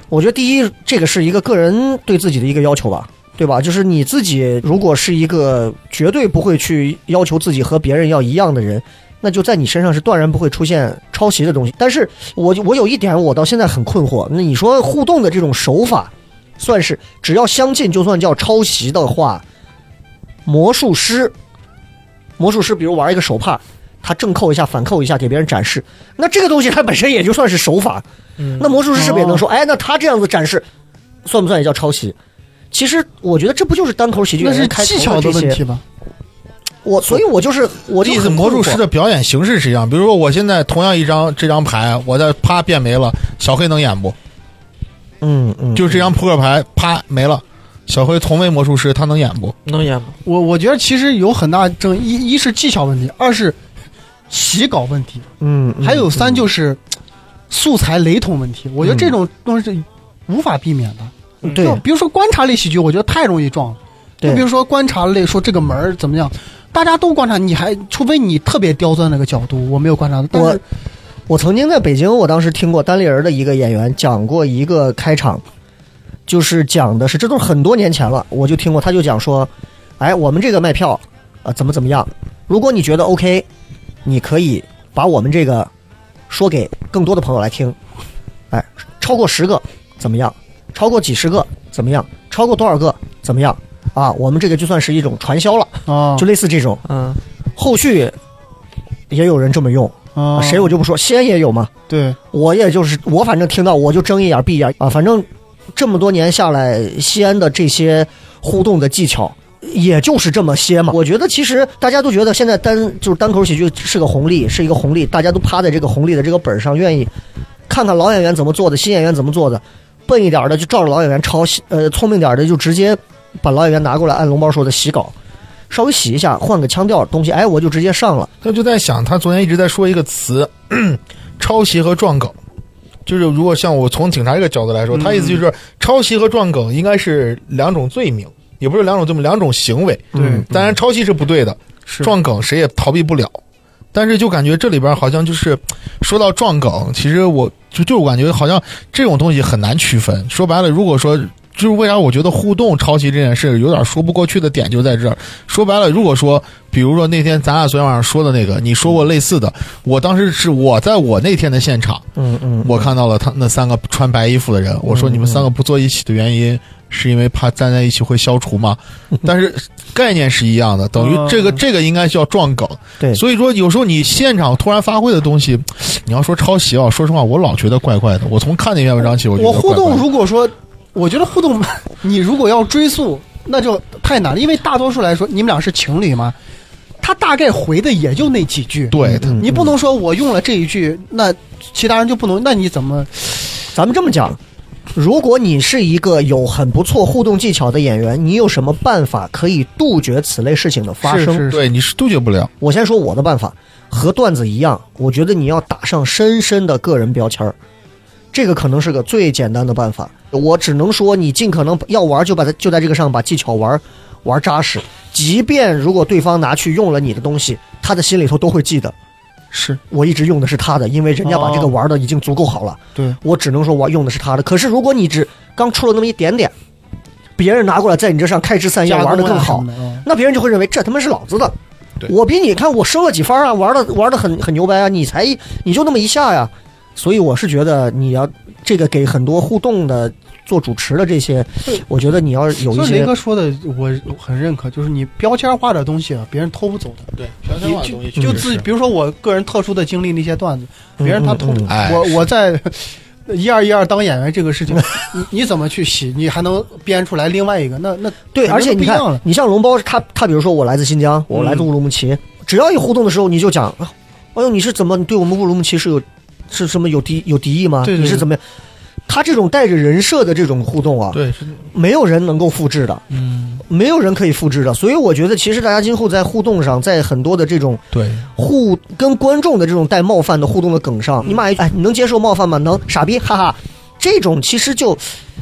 A: 我觉得第一，这个是一个个人对自己的一个要求吧。对吧？就是你自己如果是一个绝对不会去要求自己和别人要一样的人，那就在你身上是断然不会出现抄袭的东西。但是我我有一点我到现在很困惑，那你说互动的这种手法，算是只要相近就算叫抄袭的话，魔术师，魔术师比如玩一个手帕。他正扣一下，反扣一下，给别人展示。那这个东西它本身也就算是手法，
B: 嗯
A: 那魔术师是不是也能说，
C: 哦
A: 哎，那他这样子展示，算不算也叫抄袭？其实我觉得这不就是单口喜剧
C: 那
A: 演
C: 是
A: 员开头
C: 技巧的
A: 这
C: 问
A: 些？
C: 题吧？
A: 我所以，我就是我
D: 我
A: 就
D: 意思，
A: 很
D: 魔术师
A: 困惑
D: 的表演形式是一样，比如说我现在同样一张这张牌，我再啪变没了，小黑能演不？
A: 嗯嗯，
D: 就是这张扑克牌啪没了，小黑同为魔术师，他能演不？
B: 能演吗？
C: 我我觉得其实有很大争议，一一是技巧问题，二是洗稿问题，
A: 嗯，嗯
C: 还有三就是素材雷同问题。我觉得这种东西是无法避免的。
A: 嗯
C: 就
A: 对
C: 比如说观察类喜剧，我觉得太容易撞了。就比
A: 对
C: 如说观察类，说这个门儿怎么样，大家都观察，你还除非你特别刁钻那个角度，我没有观察到。但
A: 我
C: 是
A: 我曾经在北京，我当时听过单立人的一个演员讲过一个开场，就是讲的是这都是很多年前了，我就听过，他就讲说，哎，我们这个卖票啊、呃怎么怎么样，如果你觉得 OK，你可以把我们这个说给更多的朋友来听，哎，超过十个怎么样？超过几十个怎么样？超过多少个怎么样？啊，我们这个就算是一种传销了，
C: 啊，
A: 就类似这种。
B: 嗯，
A: 后续也有人这么用，
C: 啊
A: 谁我就不说，西安也有嘛。
C: 对
A: 我也就是我反正听到我就睁一眼闭一眼啊，反正这么多年下来，西安的这些互动的技巧。也就是这么些嘛，我觉得其实大家都觉得现在单就是单口喜剧是个红利，是一个红利，大家都趴在这个红利的这个本儿上，愿意看看老演员怎么做的，新演员怎么做的，笨一点儿的就照着老演员抄，呃，聪明点儿的就直接把老演员拿过来，按龙猫说的洗稿，稍微洗一下，换个腔调东西，哎，我就直接上了。
D: 他就在想，他昨天一直在说一个词， 抄袭和撞梗。就是如果像我从警察这个角度来说，他意思就是抄袭和撞梗应该是两种罪名，也不是两种罪名，两种行为。
A: 嗯
C: 对，
D: 嗯当然，抄袭是不对的，
C: 是
D: 撞梗谁也逃避不了。但是就感觉这里边好像就是说到撞梗，其实我就就我感觉好像这种东西很难区分。说白了，如果说就是为啥我觉得互动抄袭这件事有点说不过去的点就在这儿。说白了，如果说比如说那天咱俩昨天晚上说的那个，你说过类似的，我当时是我在我那天的现场，
A: 嗯嗯
D: 我看到了他那三个穿白衣服的人，我
C: 嗯
D: 说你们三个不坐一起的原因是因为怕站在一起会消除吗？但是概念是一样的，等于
C: 嗯
D: 这个这个应该叫撞梗。
A: 对
D: 所以说有时候你现场突然发挥的东西，你要说抄袭啊，说实话我老觉得怪怪的。我从看那篇文章起，我觉得
C: 我
D: 怪
C: 互
D: 怪的
C: 动如果说，我觉得互动， 你如果要追溯，那就太难了，因为大多数来说，你们俩是情侣嘛，他大概回的也就那几句。嗯
D: 对的，
C: 你不能说我用了这一句，那其他人就不能，那你怎么？
A: 咱们这么讲，如果你是一个有很不错互动技巧的演员，你有什么办法可以杜绝此类事情的发生？
C: 是是
D: 对你是杜绝不了。
A: 我先说我的办法，和段子一样，我觉得你要打上深深的个人标签儿。这个可能是个最简单的办法。我只能说，你尽可能要玩，就把它就在这个上把技巧玩玩扎实。即便如果对方拿去用了你的东西，他的心里头都会记得，
C: 是
A: 我一直用的是他的，因为人家把这个玩的已经足够好了。
C: 哦对，
A: 我只能说我用的是他的。可是如果你只刚出了那么一点点，别人拿过来在你这上开枝
D: 哎
A: 散叶，
C: 啊
A: 玩的更好，
C: 嗯
A: 那别人就会认为这他妈是老子的
D: 对。
A: 我比你看我升了几番啊，玩的玩的很很牛掰啊，你才一你就那么一下呀，所以我是觉得你要这个给很多互动的做主持的这些，我觉得你要有
C: 所
A: 一
C: 以雷
A: 些
C: 哥说的我很认可，就是你标签化的东西啊，别人偷不走的。
D: 对，全
C: 你就就自己，比如说我个人特殊的经历那些段子，别人他偷
A: 嗯嗯
C: 不
A: 嗯
C: 走。
D: 哎
C: 我我在一二一二当演员这个 事情，你你怎么去洗？你还能编出来另外一个？那那
A: 对，
C: 肯定
A: 而且
C: 不
A: 你
C: 一
A: 看
C: 样了，嗯
A: 你像龙包，他他比如说我来自新疆，我来自乌鲁木齐，只要一互动的时候，你就讲，啊哎呦，你是怎么你对我们乌鲁木齐是有是什么有敌有敌意吗？
C: 对对
A: 你是
C: 对
A: 怎么样？他这种带着人设的这种互动啊，
D: 对，是
A: 没有人能够复制的，
C: 嗯，
A: 没有人可以复制的。所以我觉得，其实大家今后在互动上，在很多的这种
D: 对，
A: 互跟观众的这种带冒犯的互动的梗上，
D: 嗯
A: 你骂一句，哎，你能接受冒犯吗？能，傻逼，哈哈。这种其实就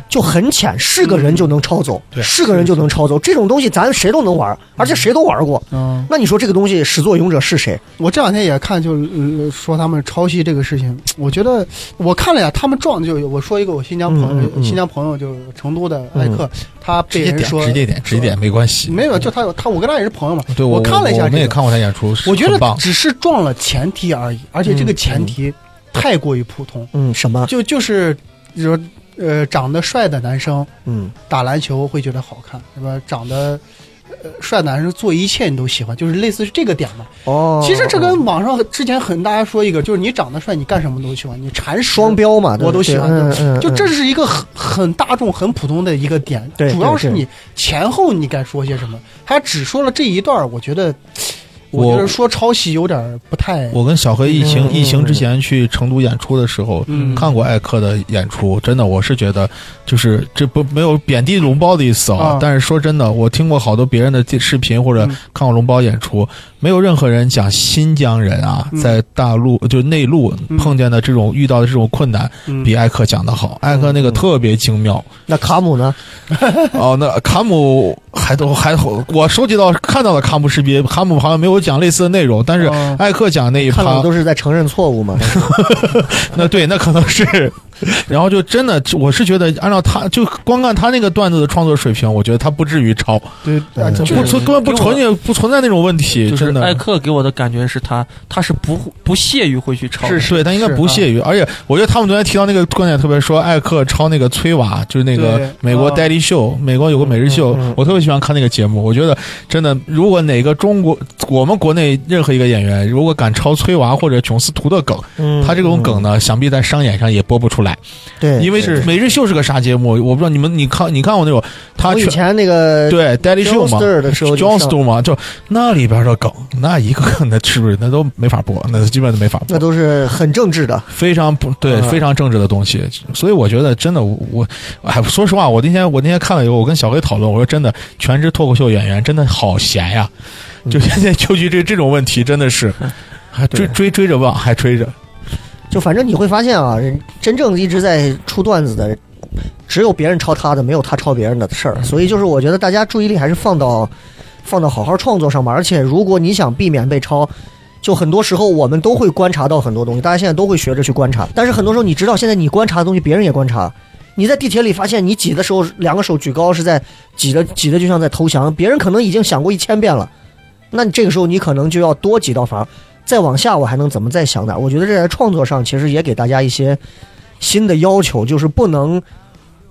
A: 就很浅，是个人就能抄走，
D: 嗯对
A: 是个人就能抄走。这种东西咱谁都能玩，而且谁都玩过。
C: 嗯
A: 那你说这个东西始作俑者是谁？
C: 我这两天也看就，呃说他们抄袭这个事情，我觉得我看了呀，他们撞就我说一个我新疆朋友
A: 嗯，嗯嗯
C: 新疆朋友就是成都的艾克，他
D: 嗯直
C: 被
D: 接
C: 人
D: 点，
C: 说
D: 直接点，直接点，没关系。
C: 没有，就他有他我跟他也是朋友嘛，
D: 对
C: 我看了一下
D: 我
C: 这
D: 们也
C: 个
D: 看过他演出，是
C: 我觉
D: 很
C: 得
D: 棒嗯
C: 只是撞了前提而已，而且这个前提太过于普通，
A: 嗯，什么？
C: 就就是你说呃长得帅的男生
A: 嗯，
C: 打篮球会觉得好看，对吧？长得呃帅的男生做一切你都喜欢，就是类似是这个点嘛。
A: 哦，
C: 其实这跟网上之前很大家说一个，就是你长得帅，你干什么都喜欢，你馋食
A: 双。标嘛，对
C: 我都
A: 对
C: 喜欢
A: 嗯嗯，
C: 就这
A: 嗯
C: 是一个很很大众、很普通的一个点，
A: 对
C: 主要是
A: 对对
C: 你前后你该说些什么。他只说了这一段儿，我觉得，
D: 我
C: 我觉得说抄袭有点儿不太。
D: 我跟小黑疫情
A: 嗯
D: 疫情之前去成都演出的时候，
C: 嗯
D: 看过艾克的演出，真的我是觉得，就是这不没有贬低龙包的意思啊
C: 啊，
D: 但是说真的，我听过好多别人的视频或者
C: 嗯
D: 看过龙包演出，没有任何人讲新疆人啊
C: 嗯
D: 在大陆就内陆
C: 嗯
D: 碰见的这种遇到的这种困难，
C: 嗯
D: 比艾克讲的好，艾克那个特别精妙。
A: 嗯那卡姆呢？
C: 嗯
D: 哦，那卡姆还都还我收集到看到了卡姆视频，卡姆好像没有讲类似的内容，但是
C: 哦
D: 艾克讲那一
A: 看
D: 趴
A: 到的都是在承认错误 嘛。
D: 那对，那可能是。然后就真的，我是觉得，按照他就光看他那个段子的创作水平，我觉得他不至于抄，
C: 对，啊
D: 就
C: 就
D: 不存根本不
B: 给我
D: 存在不存在那种问题，
B: 就是
D: 真的。
B: 艾克给我的感觉是他，他是不不屑于会去抄的，
C: 是
D: 对，他应该
C: 是
D: 不
C: 啊
D: 屑于，而且我觉得他们昨天提到那个观点特别说，艾克抄那个崔娃，就是那个
C: 对
D: 美国
C: 啊
D: Daily Show，、美国有个每日秀，
A: 嗯嗯
D: 我特别喜欢看那个节目。我觉得真的，如果哪个中国我们国内任何一个演员，如果敢抄崔娃或者琼斯图的梗，
A: 嗯
D: 他这种梗，呢，想必在商演上也播不出来。
A: 对，
D: 因为每日秀是个啥节目？我不知道你们你看你看过那种他
A: 我以
D: 全
A: 前那个
D: 对 Daily Show 嘛
A: Johnster 的时候就上
D: j s t o 嘛，就那里边的梗，那一个个那是不是那都没法播，那基本都没法
A: 那
D: 播，
A: 都是很政治的。
D: 非常不对，
A: 嗯
D: 非常政治的东西。所以我觉得真的我我哎，说实话，我那天我那天看了以后，我跟小黑讨论，我说真的，全职脱口秀演员真的好闲呀，
A: 嗯
D: 就现在就去这这种问题，真 的是还追追追着问，还追着，
A: 就反正你会发现啊，人真正一直在出段子的，只有别人抄他的，没有他抄别人的事儿。所以就是我觉得大家注意力还是放到放到好好创作上吧。而且如果你想避免被抄，就很多时候我们都会观察到很多东西，大家现在都会学着去观察。但是很多时候你知道，现在你观察的东西，别人也观察。你在地铁里发现你挤的时候，两个手举高是在挤的，挤的就像在投降，别人可能已经想过一千遍了。那你这个时候你可能就要多几道防，再往下我还能怎么再想点儿？我觉得这在创作上其实也给大家一些新的要求，就是不能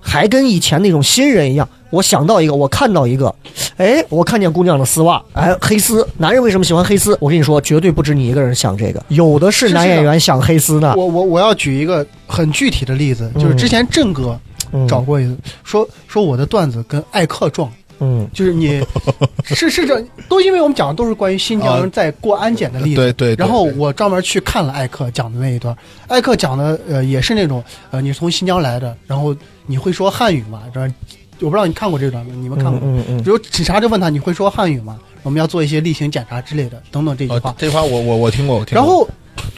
A: 还跟以前那种新人一样。我想到一个，我看到一个，哎，我看见姑娘的丝袜，哎，黑丝。男人为什么喜欢黑丝？我跟你说，绝对不止你一个人想这个，有的是
C: 是
A: 男
C: 是的
A: 演员想黑丝呢。
C: 我我我要举一个很具体的例子，就是之前郑哥
A: 嗯
C: 找过一次，说说我的段子跟艾克撞，
A: 嗯
C: 就是你 是是这都因为我们讲的都是关于新疆人在过安检的例子，
D: 对对。对
C: 然后
D: 对
C: 我专门去看了艾克讲的那一段，艾克讲的呃也是那种呃你是从新疆来的，然后你会说汉语吗？然后我不知道你看过这段吗？你们看过？
A: 嗯嗯
C: 比如警察就问他你会说汉语吗？我们要做一些例行检查之类的等等这句话
D: 哦，。这话我我我听过，我听过。
C: 然后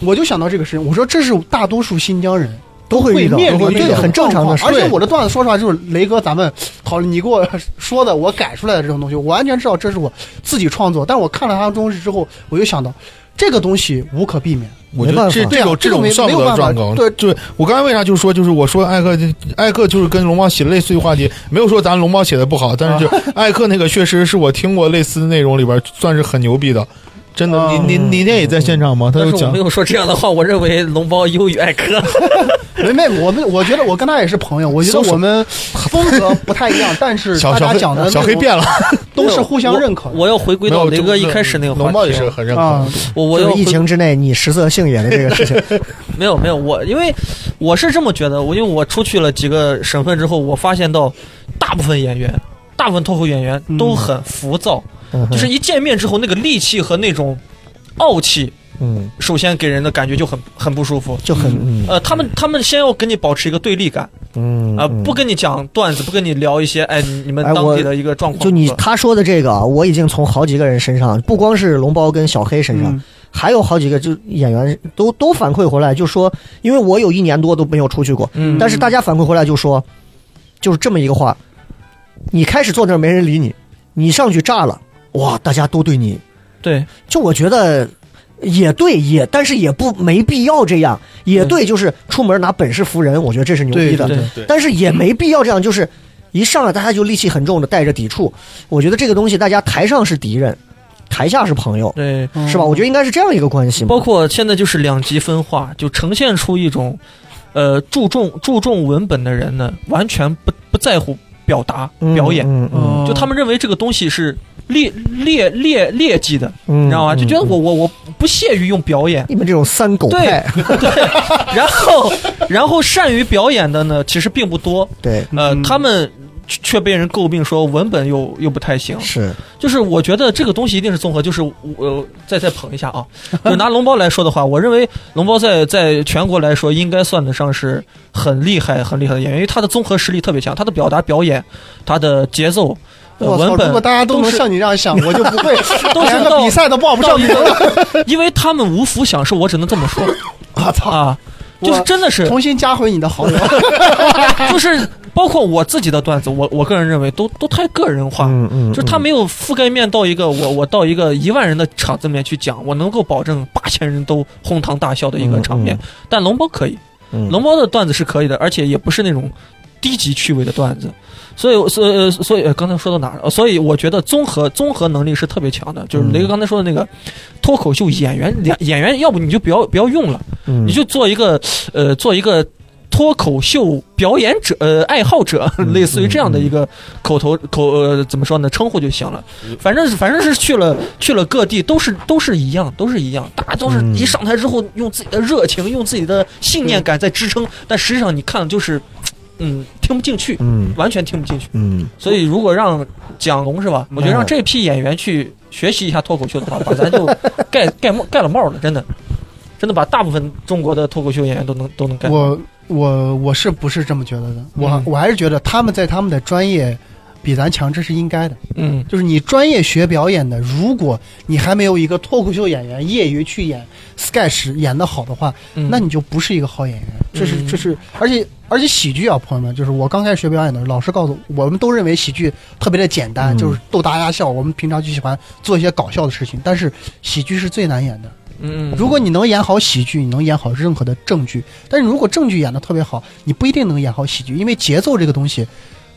C: 我就想到这个事情，我说这是大多数新疆人
A: 都会遇到，
C: 面临
D: 都会遇到
C: 这
A: 对，
C: 种
A: 很正常的
C: 状
A: 事。
C: 况而且我的段子，说实话，就是雷哥，咱们好，你给我 说的，我改出来的这种东西，我完全知道这是我自己创作。但我看了他的东西之后，我就想到这个东西无可避免。
D: 我觉
A: 没办
D: 得
A: 法
D: 这
C: 对
D: 这
C: 啊
D: 种
C: 这
D: 这
C: 种
D: 种
C: 没
D: 算不
C: 没有
D: 得
C: 办法
D: 撞梗。
C: 对
D: 对我刚才为啥就说，就是我说艾克，艾克就是跟龙猫写类似于话题，没有说咱龙猫写的不好，但是
C: 啊
D: 就艾克那个确实是我听过类似内容里边算是很牛逼的，真
C: 啊
D: 的。你你你那也在现场吗？他
B: 但
D: 就是
B: 我
D: 讲
B: 没有说这样的话，我认为龙包优于艾克。
C: 没没，我们我觉得我跟他也是朋友，我觉得我们风格不太一样，但是
D: 小
C: 大
D: 小
C: 家
D: 黑
C: 讲的内
D: 小黑
C: 容
D: 变了，
C: 都是互相认可的。
B: 我我要回归
D: 没
B: 到
D: 有
B: 雷哥一开始那个话题。
D: 龙猫也是很认可
C: 啊
D: 的。，
B: 我我
A: 就
B: 要
A: 是疫
B: 回
A: 情之内，你食色性也的这个事情，
B: 没有没有，我因为我是这么觉得，我因为我出去了几个省份之后，我发现到大部分演员，大部分脱口演员都很浮躁，
A: 嗯
B: 就是一见面之后那个戾气和那种傲气，
A: 嗯，
B: 首先给人的感觉就很很不舒服。
A: 就很嗯
B: 呃，他们他们先要跟你保持一个对立感
A: 嗯
B: 啊、不跟你讲段子，不跟你聊一些哎你你们
A: 哎
B: 当
A: 我
B: 地的一个状况。
A: 就你他说的这个啊，我已经从好几个人身上，不光是龙包跟小黑身上，
C: 嗯
A: 还有好几个就演员都都反馈回来，就说，因为我有一年多都没有出去过，
B: 嗯，
A: 但是大家反馈回来就说，就是这么一个话，你开始坐那儿没人理你，你上去炸了，哇，大家都对你，
B: 对，
A: 就我觉得。也对，也但是也不没必要这样，也对，就是出门拿本事服人，我觉得这是牛逼的。
B: 对
D: 对
A: 但是也没必要这样，就是一上来大家就戾气很重的带着抵触。我觉得这个东西，大家台上是敌人，台下是朋友，
B: 对，
A: 是吧？我觉得应该是这样一个关系嘛。
B: 嗯包括现在就是两极分化，就呈现出一种，呃，注重注重文本的人呢，完全不不在乎表达
A: 嗯
B: 表演，
A: 嗯嗯
B: 就他们认为这个东西是劣劣劣劣迹的，
A: 嗯，
B: 你知道吗？就觉得
A: 嗯
B: 我我我不屑于用表演。
A: 你们这种三狗
B: 对
A: 派，
B: 对，然后然后善于表演的呢，其实并不多，
A: 对，
B: 呃，
C: 嗯
B: 他们却却被人诟病说文本又又不太行，
A: 是
B: 就是我觉得这个东西一定是综合，就是我、呃再再捧一 下啊，就拿龙包来说的话，我认为龙包在在全国来说应该算得上是很厉害很厉害的演员，因为他的综合实力特别强，他的表达、表演、他的节奏、呃、
C: 我操！
B: 文
C: 如果
B: 本，
C: 大家都能
B: 都是
C: 像你这样想，我就不会
B: 都是
C: 连个
B: 到
C: 比赛都报不上
B: 到一
C: 名
B: 个
C: 了。
B: 因为他们无福享受，我只能这么说
C: 我操！
B: 啊，就是
C: 我
B: 真的是
C: 重新加回你的好友。
B: 就是包括我自己的段子，我我个人认为都都太个人化，
A: 嗯嗯，
B: 啊就是他没有覆盖面到一个我我到一个一万人的场子里面去讲，我能够保证八千人都哄堂大笑的一个场面。
A: 嗯
B: 但龙包可以，
A: 嗯
B: 龙包的段子是可以的，而且也不是那种低级趣味的段子。所以，所以呃，所以呃刚才说到哪儿了？所以我觉得综合综合能力是特别强的，就是
A: 嗯
B: 雷哥刚才说的那个脱口秀演员，演演员，要不你就不要不要用了，
A: 嗯
B: 你就做一个呃做一个脱口秀表演者呃爱好者，
A: 嗯
B: 类似于这样的一个口头口呃怎么说呢称呼就行了。
A: 嗯
B: 反正是反正是去了去了各地都是都是一样都是一样，大家都是
A: 嗯
B: 一上台之后用自己的热情用自己的信念感在支撑，但实际上你看的就是嗯听不进去，
A: 嗯
B: 完全听不进去。
A: 嗯
B: 所以如果让蒋龙是吧，
C: 嗯
B: 我觉得让这批演员去学习一下脱口秀的话，把咱 就盖盖帽盖了帽了，真的。真的把大部分中国的脱口秀演员都能都能盖帽。
C: 我我我是不是这么觉得的？我、
B: 嗯
C: 我还是觉得他们在他们的专业比咱强，这是应该的。
B: 嗯，
C: 就是你专业学表演的，如果你还没有一个脱口秀演员业余去演 sketch 演得好的话，
B: 嗯
C: 那你就不是一个好演员。这是
B: 嗯
C: 这是，而且而且喜剧啊，朋友们，就是我刚开始学表演的时候，老师告诉我我们都认为喜剧特别的简单，
A: 嗯
C: 就是逗大家笑。我们平常就喜欢做一些搞笑的事情，但是喜剧是最难演的。
B: 嗯，
C: 如果你能演好喜剧，你能演好任何的正剧，但是如果正剧演得特别好，你不一定能演好喜剧，因为节奏这个东西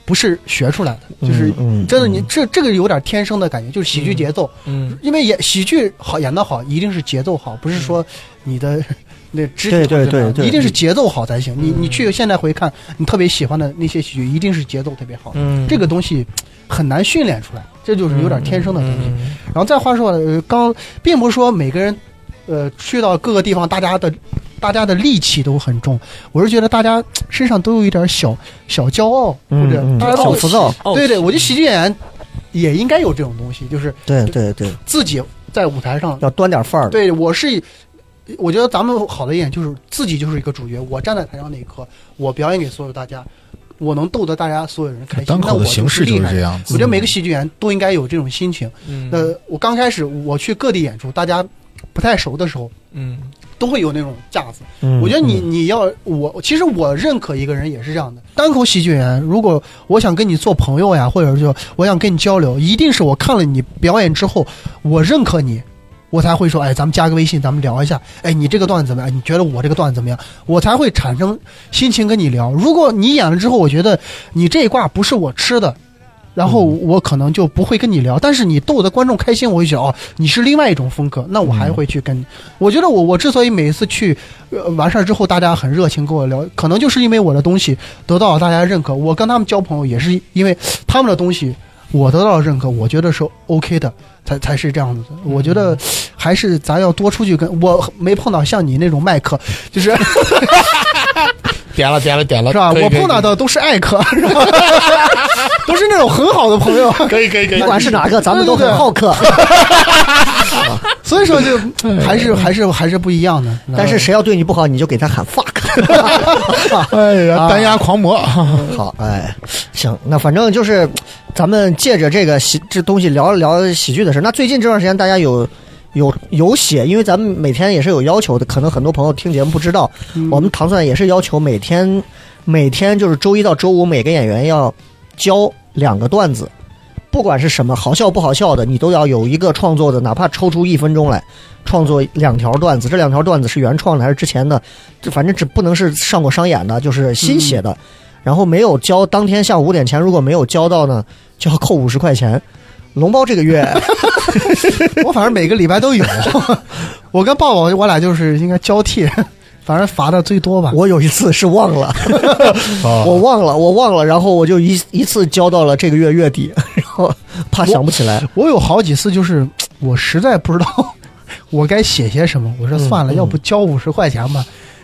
C: 不是学出来的，就是
A: 嗯嗯
C: 真的你这这个有点天生的感觉，就是喜剧
B: 嗯
C: 节奏，
B: 嗯
C: 因为演喜剧好演得好，一定是节奏好，不是说你的 那肢体
A: 对对
C: 控制
A: 对
C: 好
A: 对
C: 一定是节奏好才行。你你
B: 嗯
C: 去现在回看，你特别喜欢的那些喜剧，一定是节奏特别好，
B: 嗯，
C: 这个东西很难训练出来，这就是有点天生的东西。
B: 嗯
C: 然后再话说回来，呃刚并不是说每个人，呃，去到各个地方，大家的大家的戾气都很重。我是觉得大家身上都有一点小小骄傲，
A: 嗯
C: 或者
A: 嗯
C: 大家都
A: 小浮躁，
B: 哦
C: 对对，我觉得喜剧演员也应该有这种东西，就是
A: 对对对，
C: 自己在舞台上，
A: 要端点范儿。
C: 对我是。我觉得咱们好的一点就是自己就是一个主角，我站在台上那一刻，我表演给所有大家，我能逗得大家所有人开心。
D: 哎单
C: 那
D: 口
C: 我
D: 的形
C: 就
D: 式就是是
C: 厉害
D: 这
C: 的。
D: 样子嗯
C: 我。觉得每个喜剧演员都应该有这种心情。
B: 嗯
C: 那我刚开始我去各地演出，大家不太熟的时候，
B: 嗯
C: 都会有那种架子。
A: 嗯
C: 我觉得你你要我，其实我认可一个人也是这样的。单口喜剧演员，如果我想跟你做朋友呀，或者就我想跟你交流，一定是我看了你表演之后，我认可你，我才会说，哎，咱们加个微信，咱们聊一下。哎，你这个段子怎么样？你觉得我这个段子怎么样？我才会产生心情跟你聊。如果你演了之后，我觉得你这一卦不是我吃的。然后
A: 嗯
C: 我可能就不会跟你聊，但是你逗得观众开心，我会觉得哦，你是另外一种风格，那我还
A: 嗯
C: 会去跟你。我觉得我我之所以每一次去、呃、完事儿之后，大家很热情跟我聊，可能就是因为我的东西得到了大家认可。我跟他们交朋友也是因为他们的东西我得到了认可，我觉得是 OK 的，才才是这样子的。
D: 嗯
C: 我觉得还是咱要多出去跟，我没碰到像你那种麦克，就是
D: 点了点了点了，
C: 是吧？
D: 啊可以
C: 我
D: 可以
C: 碰到的都是艾克，是吧 都是那种很好的朋友。
D: 可以可以可以，
A: 不管是哪个，咱们都
C: 对对
A: 很
C: 对
A: 好客。
C: 所以说就还是还是还是不一样的。
D: 嗯
A: 但是谁要对你不好，你就给他喊 fuck。
D: 哎呀，
A: 啊
D: 单压狂魔，
A: 好，哎，行，那反正就是咱们借着这个喜这东西聊一聊喜剧的事。那最近这段时间大家有。有有写，因为咱们每天也是有要求的，可能很多朋友听节目不知道，我们糖蒜也是要求每天每天就是周一到周五每个演员要教两个段子，不管是什么好笑不好笑的，你都要有一个创作的，哪怕抽出一分钟来创作两条段子。这两条段子是原创的还是之前的？这反正只不能是上过商演的，就是新写的。然后没有交，当天下午五点前如果没有交到呢，就要扣五十块钱。龙包这个月
C: 我反正每个礼拜都有， 我跟抱抱我俩就是应该交替，反正罚的最多吧。
A: 我有一次是忘了，我忘了，我忘了，然后我就一一次交到了这个月月底， 然后怕想不起来。
C: 我有好几次就是我实在不知道 我该写些什么，我说算了，
A: 嗯
C: 要不交五十块钱吧。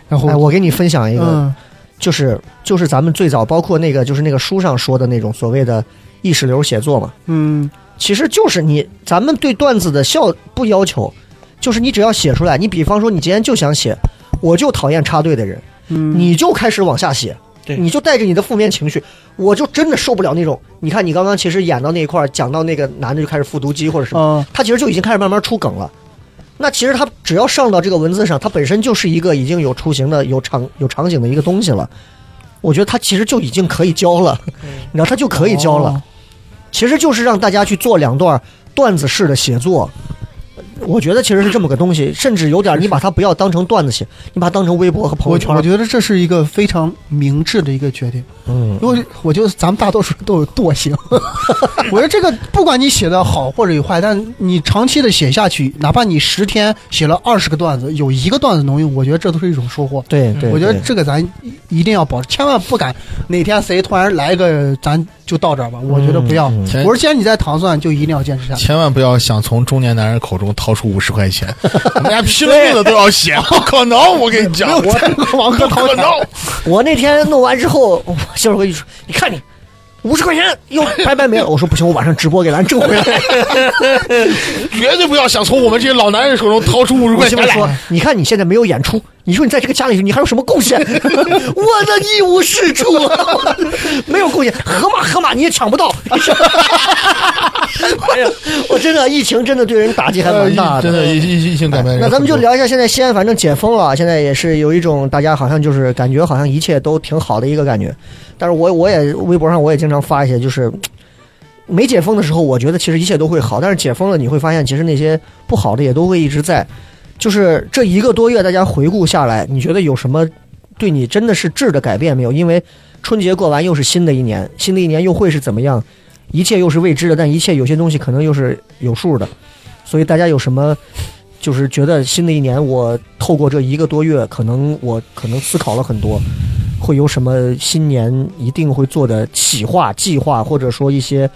C: 然后
A: 哎，我给你分享一个，
C: 嗯
A: 就是就是咱们最早包括那个就是那个书上说的那种所谓的意识流写作嘛，
C: 嗯
A: 其实就是你咱们对段子的效不要求，就是你只要写出来，你比方说你今天就想写，我就讨厌插队的人，
C: 嗯，
A: 你就开始往下写，
B: 对
A: 你就带着你的负面情绪，我就真的受不了那种。你看你刚刚其实演到那一块儿，讲到那个男的就开始复读机或者什么，
C: 啊
A: 他其实就已经开始慢慢出梗了。那其实他只要上到这个文字上，它本身就是一个已经有雏形的、有场有场景的一个东西了。我觉得他其实就已经可以教了，你知道，他就可以教
C: 哦
A: 了。其实就是让大家去做两段段子式的写作。我觉得其实是这么个东西，甚至有点你把它不要当成段子写，你把它当成微博和朋
C: 我
A: 友圈
C: 我。觉得这是一个非常明智的一个决定。
A: 嗯，
C: 因为我觉得咱们大多数人都有惰性， 我觉得这个不管你写的好或者有坏，但你长期的写下去，哪怕你十天写了二十个段子，有一个段子能用，我觉得这都是一种收获。
A: 对对，
C: 嗯我觉得
A: 对
C: 这个咱一定要保持，千万不敢哪天谁突然来一个，咱就到这儿吧。我觉得
A: 嗯
C: 不要。
D: 前
C: 我说，既然你在糖蒜，就一定要坚持下去。
D: 千万不要想从中年男人口中掏出五十块钱， 我们家拼了命的都要写， 不可能！我跟你讲，我
C: 王
D: 不可能！
A: 我那天弄完之后，我媳妇儿回去说：“你看你，五十块钱又白白没了。”我说：“不行，我晚上直播给咱挣回来。
D: 绝对不要想从我们这些老男人手中掏出五”十
A: 我
D: 块
A: 媳妇
D: 钱
A: 儿
D: 来。
A: 说：“你看你现在没有演出，你说你在这个家里你还有什么贡献？ 我的一无是处， 没有贡献。河马河马你也抢不 到。哎呀， 我真的疫情真的对人打击还蛮大
D: 呃真的，异异异性改变。
A: 那咱们就。聊一下，现在西安反正解封了，现在也是有一种大家好像就是感觉好像一切都挺好的一个感觉。但是我我也微博上我也经常发一些，就是没解封的时候，我觉得其实一切都会好，但是解封了你会发现，其实那些不好的也都会一直在。就是这一个多月，大家回顾下来，你觉得有什么对你真的是质的改变没有？因为春节过完又是新的一年，新的一年又会是怎么样？一切又是未知的，但一切有些东西可能又是有数的。所以大家有什么就是觉得新的一年，我透过这一个多月，可能我可能思考了很多，会有什么新年一定会做的企划、计划，或者说一些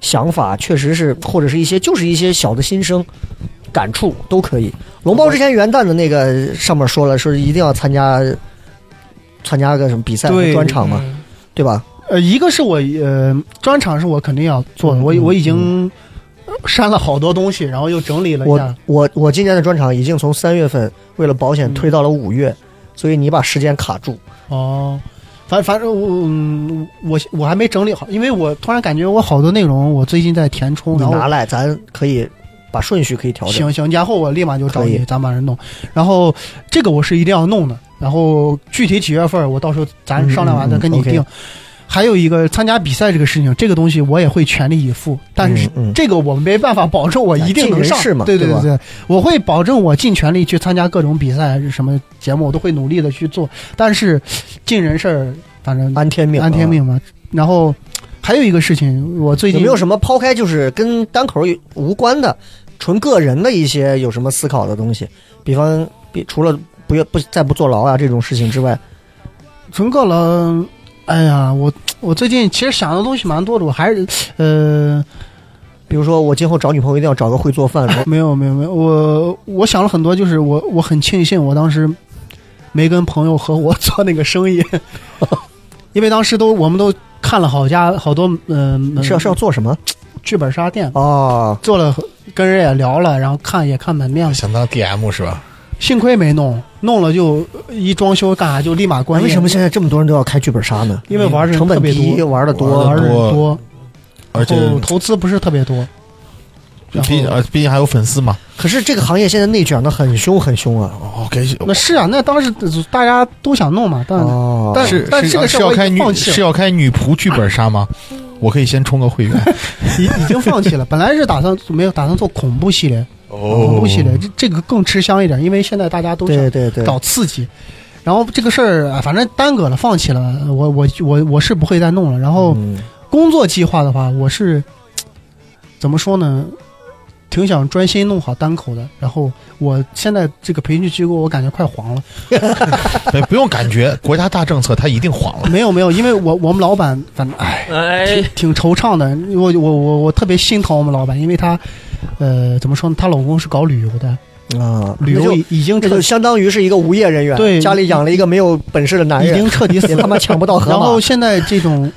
A: 想法，确实是，或者是一些就是一些小的心声、感触都可以。龙包之前元旦的那个上面说了，说一定要参加参加个什么比赛、
C: 对
A: 专场嘛，
B: 嗯
A: 对吧？
C: 呃，一个是我呃专场是我肯定要做
A: 嗯
C: 的，我我已经删了好多东西，然后又整理了一
A: 我
C: 下。
A: 我我今年的专场已经从三月份为了保险
C: 嗯
A: 推到了五月，所以你把时间卡住。
C: 哦，反反正我嗯我我哦还没整理好，因为我突然感觉我好多内容我最近在填充，
A: 你
C: 然后
A: 拿来，咱可以把顺序可以调整。
C: 行行，然后我立马就找
A: 可
C: 你，
A: 以
C: 咱把人弄。然后这个我是一定要弄的。然后具体几月份儿，我到时候咱商量完再
A: 嗯
C: 跟
A: 嗯
C: 你
A: 嗯，OK
C: 定。还有一个参加比赛这个事情，这个东西我也会全力以赴，但是
A: 嗯嗯
C: 这个我没办法保证我一定能
A: 尽
C: 上
A: 人事。嘛
C: 对
A: 对
C: 对
A: 吧
C: 对，我会保证我尽全力去参加各种比赛，什么节目我都会努力的去做。但是尽人事儿，反正
A: 安天命，啊
C: 安天。命嘛。然后还有一个事情，我最
A: 有
C: 近
A: 没有什么抛开就是跟单口有无关的，纯个人的一些有什么思考的东西？比方，比除了不要不再不坐牢啊这种事情之外，
C: 存够了，哎呀，我我最近其实想的东西蛮多的，我还是呃
A: 比如说我今后找女朋友一定要找个会做饭的，
C: 没有没有没有，我我想了很多，就是我我很庆幸我当时没跟朋友合伙做那个生意， 因为当时都我们都看了好家好多嗯、呃、
A: 是要啊是要做什么？
C: 剧本杀店。
A: 哦，
C: 做了，跟人也聊了，然后看也看门面了，
D: 想当 DM 是吧？
C: 幸亏没弄，弄了就一装修干啥就立马关
A: 为
C: 业。
A: 什么现在这么多人都要开剧本杀呢？
C: 因为玩儿人
A: 成本
C: 特别
A: 低，
C: 多
A: 玩的
D: 玩
A: 多
C: 玩，
D: 得
C: 儿人
D: 多
C: 多，
D: 而且
C: 然后投资不是特别多？然
D: 毕
C: 后
D: 呃毕竟还有粉丝嘛。
A: 可是这个行业现在内卷的很凶很凶啊！
D: 哦，给
C: 那是啊，那当时大家都想弄嘛，但、
A: 哦，
C: 但
D: 是
C: 但
D: 是啊
C: 这个
D: 是
C: 事儿
D: 要
C: 我已
D: 开
C: 经
D: 女
C: 放弃了
D: 是要开女仆剧本杀吗？我可以先充个 会员。
C: 已已经放弃了。本来是打算没有打算做恐怖系列，
D: 哦
C: 恐怖系列这这个更吃香一点，因为现在大家都
A: 对
C: 想
A: 对对，
C: 搞刺激。然后这个事儿啊反正耽搁了，放弃了。我我我我是不会再弄了。然后
A: 嗯
C: 工作计划的话，我是怎么说呢？挺想专心弄好单口的。然后我现在这个培训机构，我感觉快黄了。
D: 哎，不用感觉，国家大政策它一定黄了。
C: 没有没有，因为我我们老板反正哎。
B: 哎
C: 挺，挺惆怅的。我我我我特别心疼我们老板，因为她，呃，怎么说呢？她老公是搞旅游的，
A: 啊，
C: 旅
A: 那就
C: 游已已经
A: 这
C: 彻
A: 就相当于是一个无业人员，
C: 对
A: 家里养了一个没有本事的男
C: 已
A: 人，
C: 经彻底死
A: 也他妈
C: 了。
A: 抢不到河
C: 然后
A: 马。
C: 现在这种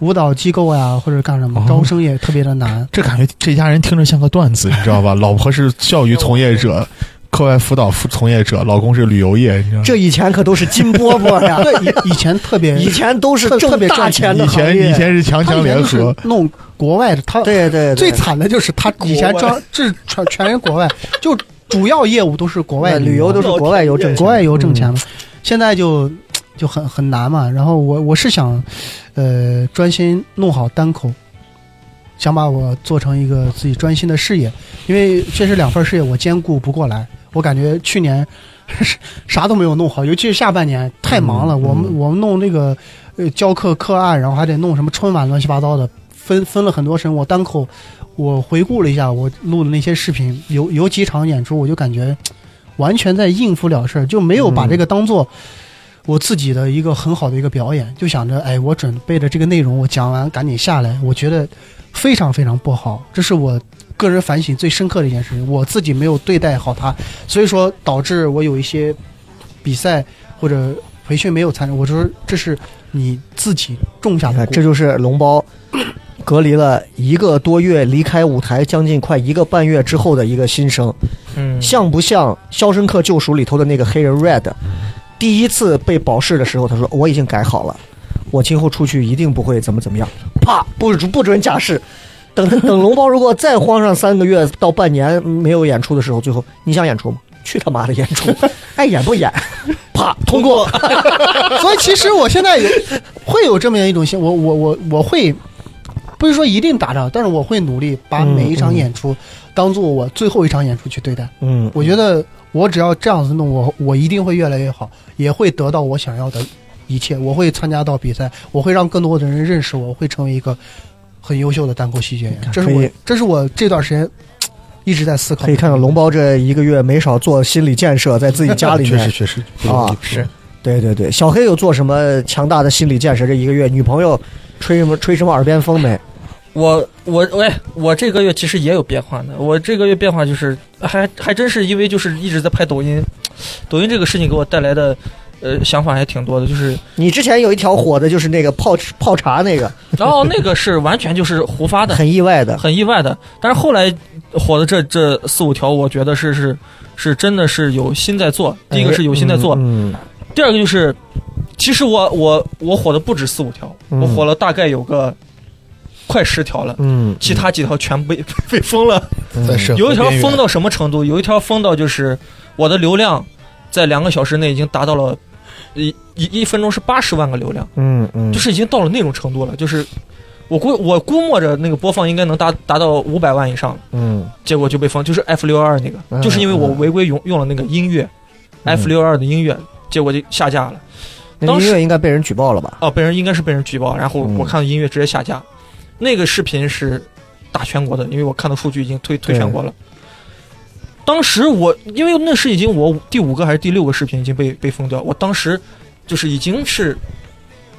C: 舞蹈机构呀，或者干什么
D: 哦
C: 招生也特别的难。
D: 这感觉这家人听着像个段子，你知道 吧？老婆是教育从业者，课外辅导从业者，老公是旅游业，你知道吗？
A: 这以前可都是金饽饽呀，
C: 对，以以前特别，
A: 以前都是
C: 特
A: 挣
C: 特别
A: 大
C: 赚
A: 钱的
D: 以
A: 行
D: 前
A: 业
D: 以。前是强
C: 他以前
D: 强联
C: 就是
D: 合，
C: 弄国外的，他
A: 对对对，
C: 最惨的就是他以前招，这是全全是国外，就主要业务都是国
A: 对
C: 外
A: 旅游都是国外游挣钱，嗯
C: 国外游挣钱嘛，现在就就很很难嘛。然后我我是想，呃，专心弄好单口，想把我做成一个自己专心的事业，因为确实两份事业我兼顾不过来。我感觉去年 啥都没有弄好，尤其是下半年太忙了。
A: 嗯
C: 我们我们弄那个呃教课课案，然后还得弄什么春晚乱七八糟的，分分了很多神。我单口我回顾了一下我录的那些视频，有有几场演出，我就感觉完全在应付了事儿，就没有把这个当做我自己的一个很好的一个表演，就想着哎，我准备的这个内容我讲完赶紧下来，我觉得非常非常不好，这是我个人反省最深刻的一件事情，我自己没有对待好它，所以说导致我有一些比赛或者培训没有参加，我就说这是你自己种下
A: 你
C: 的
A: 看，
C: 果，
A: 哎这就是龙包隔离了一个多月，离开舞台将近快一个半月之后的一个新生，
B: 嗯，
A: 像不像《肖申克救赎》里头的那个黑人 Red？第一次被保释的时候，他说我已经改好了，我今后出去一定不会怎么怎么样，啪，不准不准假释。等等，龙包如果再荒上三个月到半年没有演出的时候，最后你想演出吗？去他妈的演 出，爱演不演，啪通过。
C: 所以其实我现在有会有这么样一种心，我我我我会不是说一定达到，但是我会努力把每一场演出当做我最后一场演出去对待。
A: 嗯，
C: 我觉得我只要这样子弄，我我一定会越来越好，也会得到我想要的一切。我会参加到比赛，我会让更多的人认识我，我会成为一个很优秀的单口喜剧演员。这是
A: 可
C: 我
A: 以
C: 这是我这段时间一直在思考。
A: 可以看到龙包这一个月没少做心理建设，在自己家里
D: 确实
A: 面。
D: 确实
A: 啊
D: 是
A: 对对对，小黑有做什么强大的心理建设？这一个月女朋友吹什么吹什么耳边风没？
B: 我我喂，我这个月其实也有变化的。我这个月变化就是，还还真是因为就是一直在拍抖音，抖音这个事情给我带来的，呃，想法还挺多的。就是，
A: 你之前有一条火的就是那个泡泡茶那个，
B: 然后那个是完全就是胡发的，
A: 很意外的。
B: 很意外的。但是后来火的这这四五条，我觉得是是是真的是有心在做。第一个是有心在做，
A: 嗯，
B: 第二个就是，其实我我我火的不止四五条，
A: 嗯
B: 我火了大概有个快十条了，
A: 嗯，
B: 其他几条全被 被封了。
D: 在社会
B: 有一条
D: 边缘
B: 封到什么程度？有一条封到就是我的流量在两个小时内已经达到了一一一分钟是八十万个流量，
A: 嗯嗯，
B: 就是已经到了那种程度了。就是我估我估摸着那个播放应该能达达到五百万以上，
A: 嗯
B: 结果就被封，就是 F 六二那个，
A: 嗯
B: 就是因为我违规用用了那个音乐 F 六二的音乐，结果就下架了。
A: 那
B: 当
A: 个
B: 时
A: 音乐应该被人举报了吧？
B: 哦，被人应该是被人举报，然后
A: 嗯
B: 我看音乐直接下架，那个视频是打全国的，因为我看到数据已经推推全国了。当时我因为那是已经我第五个还是第六个视频已经被被封掉，我当时就是已经是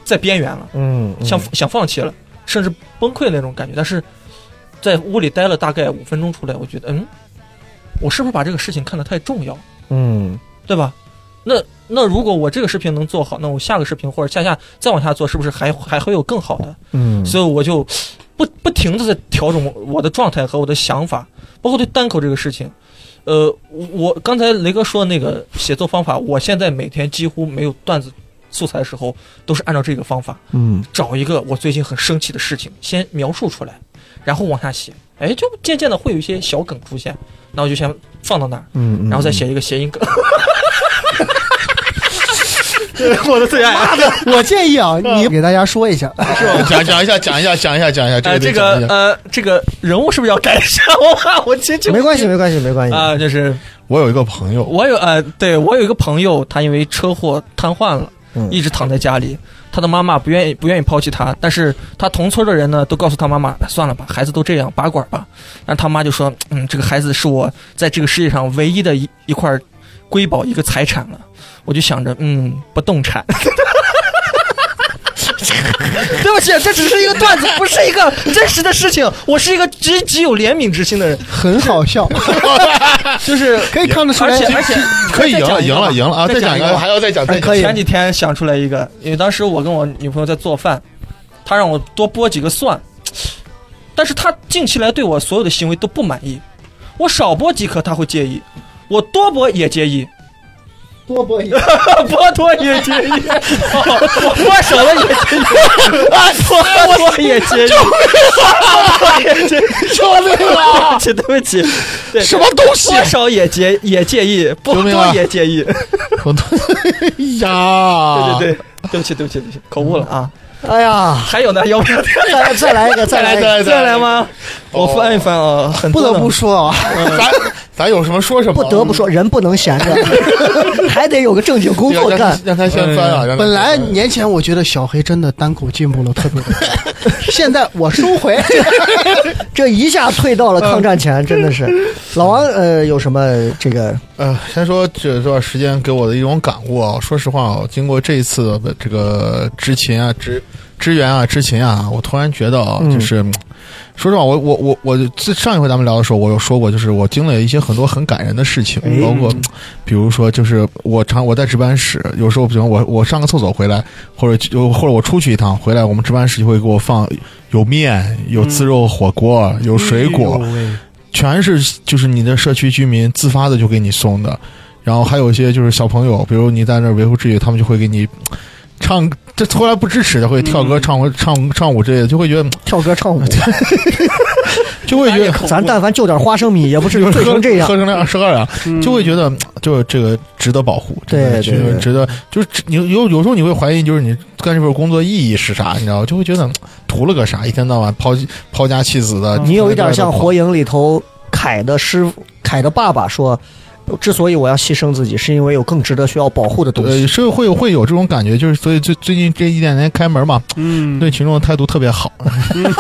B: 在边缘了，
A: 嗯，嗯
B: 想想放弃了，甚至崩溃那种感觉。但是在屋里待了大概五分钟出来，我觉得嗯，我是不是把这个事情看得太重要？
A: 嗯
B: 对吧？那那如果我这个视频能做好，那我下个视频或者下下再往下做，是不是还还会有更好的？
A: 嗯，
B: 所以我就不不停的在调整我的状态和我的想法，包括对单口这个事情。呃，我我刚才雷哥说的那个写作方法，我现在每天几乎没有段子素材的时候，都是按照这个方法，
A: 嗯
B: 找一个我最近很生气的事情，先描述出来，然后往下写，哎，就渐渐的会有一些小梗出现，那我就先放到那儿，
A: 嗯，嗯
B: 然后再。写一个谐音梗。 我的最爱，
C: 我建议啊，你给大家说一下，
D: 讲讲一下，讲一下，讲一下，讲一下，
B: 呃，
D: 这
B: 这
D: 得讲一
B: 个
D: 下
B: 呃，这个人物是不是要改一下？我我其实
A: 没关系，没关系，没关系。
B: 啊、就是
D: 我有一个朋友，
B: 我有呃，对我有一个朋友，他因为车祸瘫痪了，
A: 嗯
B: 一直躺在家里。他的妈妈不愿意不愿意抛弃他，但是他同村的人呢，都告诉他妈妈，算了吧，孩子都这样，拔管吧。但他妈就说，嗯，这个孩子是我在这个世界上唯一的一一块瑰宝，一个财产了。我就想着，嗯，不动产。 对不起，这只是一个段子，不是一个真实的事情。我是一个极极有怜悯之心的人，
C: 很好笑，
B: 就是
C: 可以看得出
B: 而
C: 来
B: 且。而且
D: 可以赢了，
B: 再讲一
D: 赢
B: 个吧
D: 了，赢了啊！再讲一个，还要再讲，再
C: 哎
D: 讲
C: 可以
B: 前几天想出来一个，因为当时我跟我女朋友在做饭，她让我多剥几个蒜，但是她近期来对我所有的行为都不满意。我少剥几颗她会介意，我多剥也介意，
C: 多播 一
B: 剥多也介意， 我剥少了也介 意，剥多也介意，剥也介意，
D: 救命啊！
B: 对不起，对不起，对，
D: 什么东西？
B: 剥少也介也介意，剥
D: 救命
B: 多
D: 啊
B: 也介意，
D: 我都哎呀！
B: 对对对，对不起，对不起，对不起，口误了啊。
A: 哎呀，
B: 还有呢，要不要？
A: 再来再来一个，再来一个。
D: 再
B: 再来？吗？我翻一翻啊，很
C: 不
B: 多
C: 得
B: 的
C: 不说啊，
D: 咱咱有什么说什
A: 不
D: 么，
A: 得不说，
B: 嗯
A: 人不能闲 着，还得有个正经工
D: 让
A: 作
D: 他
A: 干。
D: 让他先翻啊！让他
C: 本来年前我觉得小黑真的单口进步了特别多，现在我收回。
A: 这一下退到了抗战 前，真的是。老王，呃，有什么这个？
D: 呃，先说这段时间给我的一种感悟啊，说实话啊，经过这一次的这个执勤啊、支支援啊、执勤啊，我突然觉得啊，
A: 嗯
D: 就是。说实话，我我我我自上一回咱们聊的时候，我有说过，就是我经历了一些很多很感人的事情，
A: 哎
D: 包括比如说，就是我常我在值班室，有时候比如我我上个厕所回来，或者就或者我出去一趟回来，我们值班室就会给我放有面、有自热火锅、有水果，全是就是你的社区居民自发的就给你送的，然后还有一些就是小朋友，比如你在那儿维护秩序，他们就会给你唱，这从来不支持的会跳歌、唱唱唱舞之类的，就会觉得
A: 跳歌唱舞，
D: 就会觉得
A: 咱但凡就点花生米，也不至于
D: 喝
A: 醉成这样
D: 喝。成这样，是二啊，
B: 嗯
D: 就会觉得就是这个值得保护，
A: 嗯对
D: 真的
A: 对对
D: 值得，就是你有有时候你会怀疑，就是你干这份工作意义是啥，你知道吗？就会觉得图了个啥，一天到晚抛抛家弃子的，
A: 嗯你有一点像《
D: 活。
A: 火影》里头凯的师傅，凯的爸爸说，之所以我要牺牲自己，是因为有更值得需要保护的东
D: 呃，
A: 西。
D: 是会有会有这种感觉，就是所以最最近这一两年开门嘛，嗯，对群众的态度特别好，
A: 嗯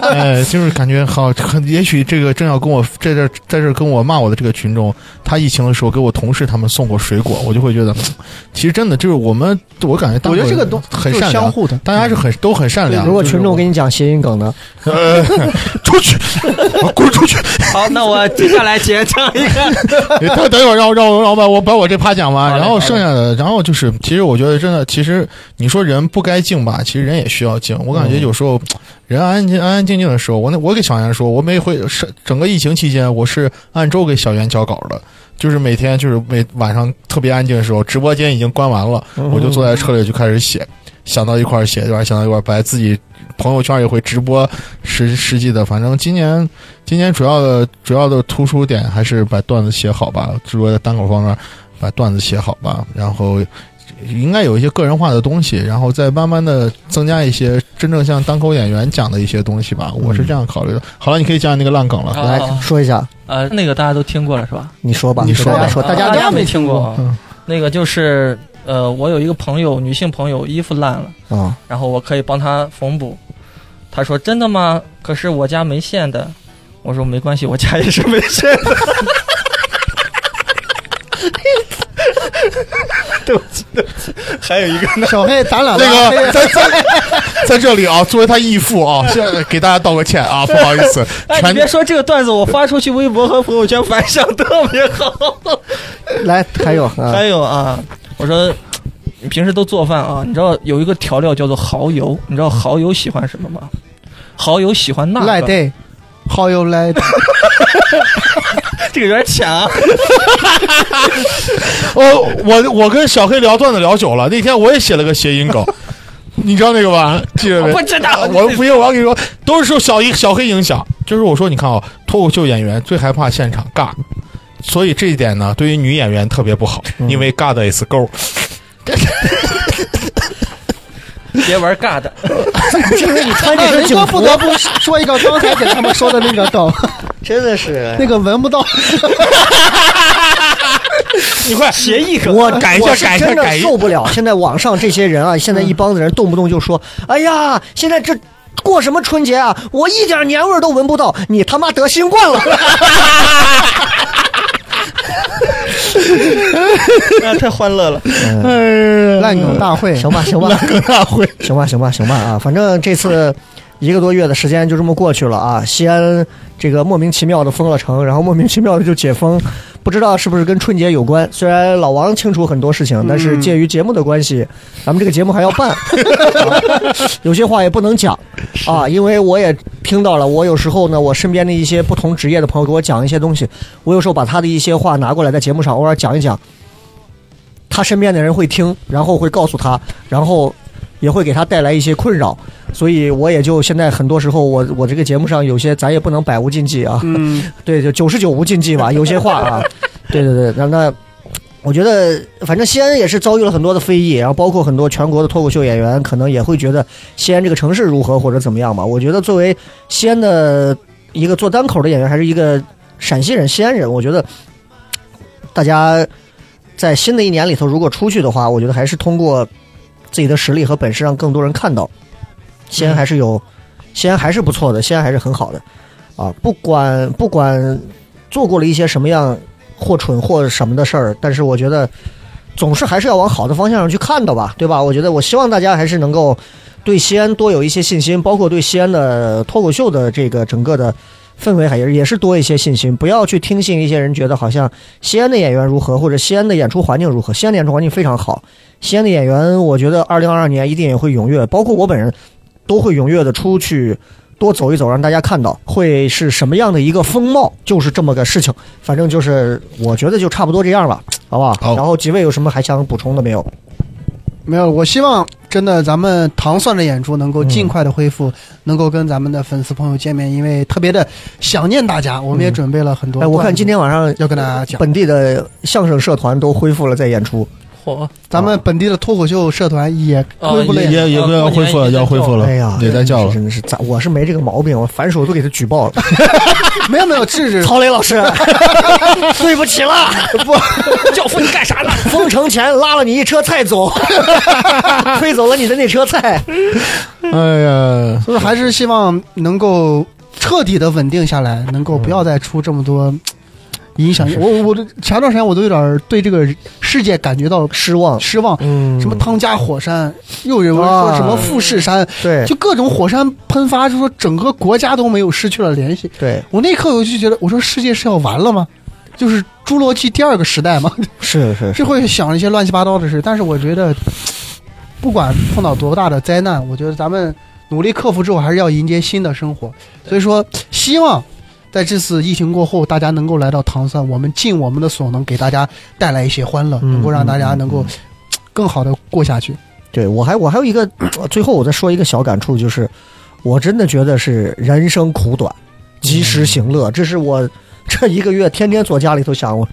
D: 哎，就是感觉好，很也许这个正要跟我在这在这跟我骂我的这个群众，他疫情的时候给我同事他们送过水果，我就会觉得，嗯其实真的就是我们，我感觉大
C: 我觉得这个
D: 都
C: 东
D: 很
C: 就是
D: 善
C: 相
D: 良，
C: 互的，
D: 大家是很都很善良。
A: 如果
D: 就是
A: 群众
D: 我
A: 给你讲谐音梗呢？
D: 呃 出去，我滚 出去，
B: 好，那我接下来结账一个。
D: 等等一会儿，让我让我让我把我把我这趴讲
B: 好
D: 完，
B: 嘞
D: 然后剩下的，然后就是，其实我觉得真的，其实你说人不该静吧，其实人也需要静。我
B: 嗯
D: 感觉有时候、人安静安安静静的时候，我那我给小袁说，我每回是整个疫情期间，我是按周给小袁交稿的。就是每天，就是每晚上特别安静的时候，直播间已经关完了，我就坐在车里就开始写，想到一块儿写，对吧？想到一块儿掰，自己朋友圈也会直播实实际的。反正今年今年主要的主要的突出点还是把段子写好吧，主要在单口方面把段子写好吧，然后。应该有一些个人化的东西，然后再慢慢的增加一些真正像单口演员讲的一些东西吧，我是这样考虑的。好了，你可以讲那个烂梗了。
B: 啊
A: 嗯来说一下，
B: 呃，那个大家都听过了是吧？
A: 你说吧，
D: 你说
A: 给大家
D: 吧
A: 说，
B: 啊
A: 大家
B: 大
A: 都
B: 家没听过。
D: 嗯
B: 那个就是呃，我有一个朋友，女性朋友衣服烂了，
A: 啊，
B: 然后我可以帮她缝补。她说真的吗？可是我家没线的。我说没关系，我家也是没线的。 对不起，对不起，还有一个呢。
C: 小黑，咱俩
D: 那
C: 拉
D: 个
C: 黑
D: 在在在这里啊，作为他义 父啊，现在给大家道个歉啊，不好意思，
B: 哎，你
D: 全
B: 别说这个段子，我发出去微博和朋友圈反响特别 好。
A: 来，还有啊
B: 还，有啊，我说你平时都做饭啊，你知道有一个调料叫做蚝油，你知道蚝油喜欢什么吗？蚝油喜欢那
C: 赖
B: 个，
C: day。How you like？
B: 这个有点浅啊。
D: 哦，我我跟小黑聊段子聊久了，那天我也写了个谐音梗，你知道那个吧？记得没？
B: 我知道
D: 我不信，我要跟你说，都是受小一小黑影响。就是我说，你看啊、脱口秀演员最害怕现场尬，所以这一点呢，对于女演员特别不好，因为尬的也是够。
B: 别玩尬的，
A: 是不是你穿这
C: 哎
A: 身
C: 雷
A: 警
C: 哥
A: 服
C: 不，得不说一个刚才给他们说的那个梗，
A: 真的是
C: 那个闻不到。
D: 你 快
B: 协 议可
A: 我
D: 改一下
A: 我是
D: 改一下
A: 真的
D: 改一下
A: 受不了。现在网上这些人啊，现在一帮子人动不动就说：“哎呀，现在这过什么春节啊？我一点年味儿都闻不到，你他妈得新冠了！”
B: 啊太欢乐 了。哎
C: 烂梗大会，
A: 行吧，行 吧，
D: 大会。
A: 行吧，行吧，行吧啊！反正这次一个多月的时间就这么过去了啊。西安这个莫名其妙的封了城，然后莫名其妙的就解封，不知道是不是跟春节有关。虽然老王清楚很多事情，但是鉴于节目的关系，咱们这个节目还要办，啊有些话也不能讲啊，因为我也听到了，我有时候呢，我身边的一些不同职业的朋友给我讲一些东西，我有时候把他的一些话拿过来在节目上偶尔讲一讲。他身边的人会听，然后会告诉他，然后也会给他带来一些困扰，所以我也就现在很多时候我我这个节目上有些咱也不能百无禁忌啊，
C: 嗯，
A: 对，就九十九无禁忌吧，有些话啊，对对对，那那我觉得反正西安也是遭遇了很多的非议，然后包括很多全国的脱口秀演员可能也会觉得西安这个城市如何或者怎么样吧。我觉得作为西安的一个做单口的演员，还是一个陕西人、西安人，我觉得大家在新的一年里头，如果出去的话，我觉得还是通过自己的实力和本事让更多人看到，西安还是有，西安还是不错的，西安还是很好的，啊，不管不管做过了一些什么样或蠢或什么的事儿，但是我觉得总是还是要往好的方向上去看的吧，对吧？我觉得我希望大家还是能够对西安多有一些信心，包括对西安的脱口秀的这个整个的。氛围还也也是多一些信心，不要去听信一些人觉得好像西安的演员如何，或者西安的演出环境如何。西安的演出环境非常好，西安的演员，我觉得二零二二年一定也会踊跃，包括我本人都会踊跃的出去多走一走，让大家看到会是什么样的一个风貌，就是这么个事情。反正就是我觉得就差不多这样了，好不好？
D: 好
A: 然后几位有什么还想补充的没有？
C: 没有。我希望真的咱们糖蒜的演出能够尽快的恢复，能够跟咱们的粉丝朋友见面，因为特别的想念大家。我们也准备了很多
A: 哎，
C: 段子。
A: 我看今天晚上
C: 要跟大家讲，
A: 本地的相声社团都恢复了在演出，
B: 嚯，
C: 咱们本地的脱口秀社团也
B: 啊
C: 恢复了
D: 哦也
C: 演出。
D: 也也要恢复了，要恢复了，
A: 哎呀，
D: 也在叫了。
A: 真的是，咱我是没这个毛病，我反手都给他举报了。
C: 没有没有，这是
A: 曹磊老 师，对不起了， 不，
B: 教父你干啥呢？
A: 封城前拉了你一车菜 走，推走了你的那车菜。
D: 哎呀，
C: 所以还是希望能够彻底的稳定下来，能
A: 嗯
C: 够不要再出这么多影响。我我前段时间我都有点对这个世界感觉到
A: 失望，
C: 失望，
A: 嗯啊
C: 什么汤加火山，又有人说什么富士山，
A: 对
C: 就各种火山喷发，就说整个国家都没有失去了联系。
A: 对
C: 我那一刻我就觉得，我说世界是要完了吗？就是侏罗纪第二个时代吗？
A: 是是
C: 就会想一些乱七八糟的事。但是我觉得，不管碰到多大的灾难，我觉得咱们努力克服之后，还是要迎接新的生活。所以说，希望在这次疫情过后，大家能够来到唐山，我们尽我们的所能，给大家带来一些欢乐，
A: 嗯
C: 能够让大家能够更好的过下去。
A: 对我还我还有一个，最后我再说一个小感触，就是我真的觉得是人生苦短，及时行乐。这是我这一个月天天坐家里头想我，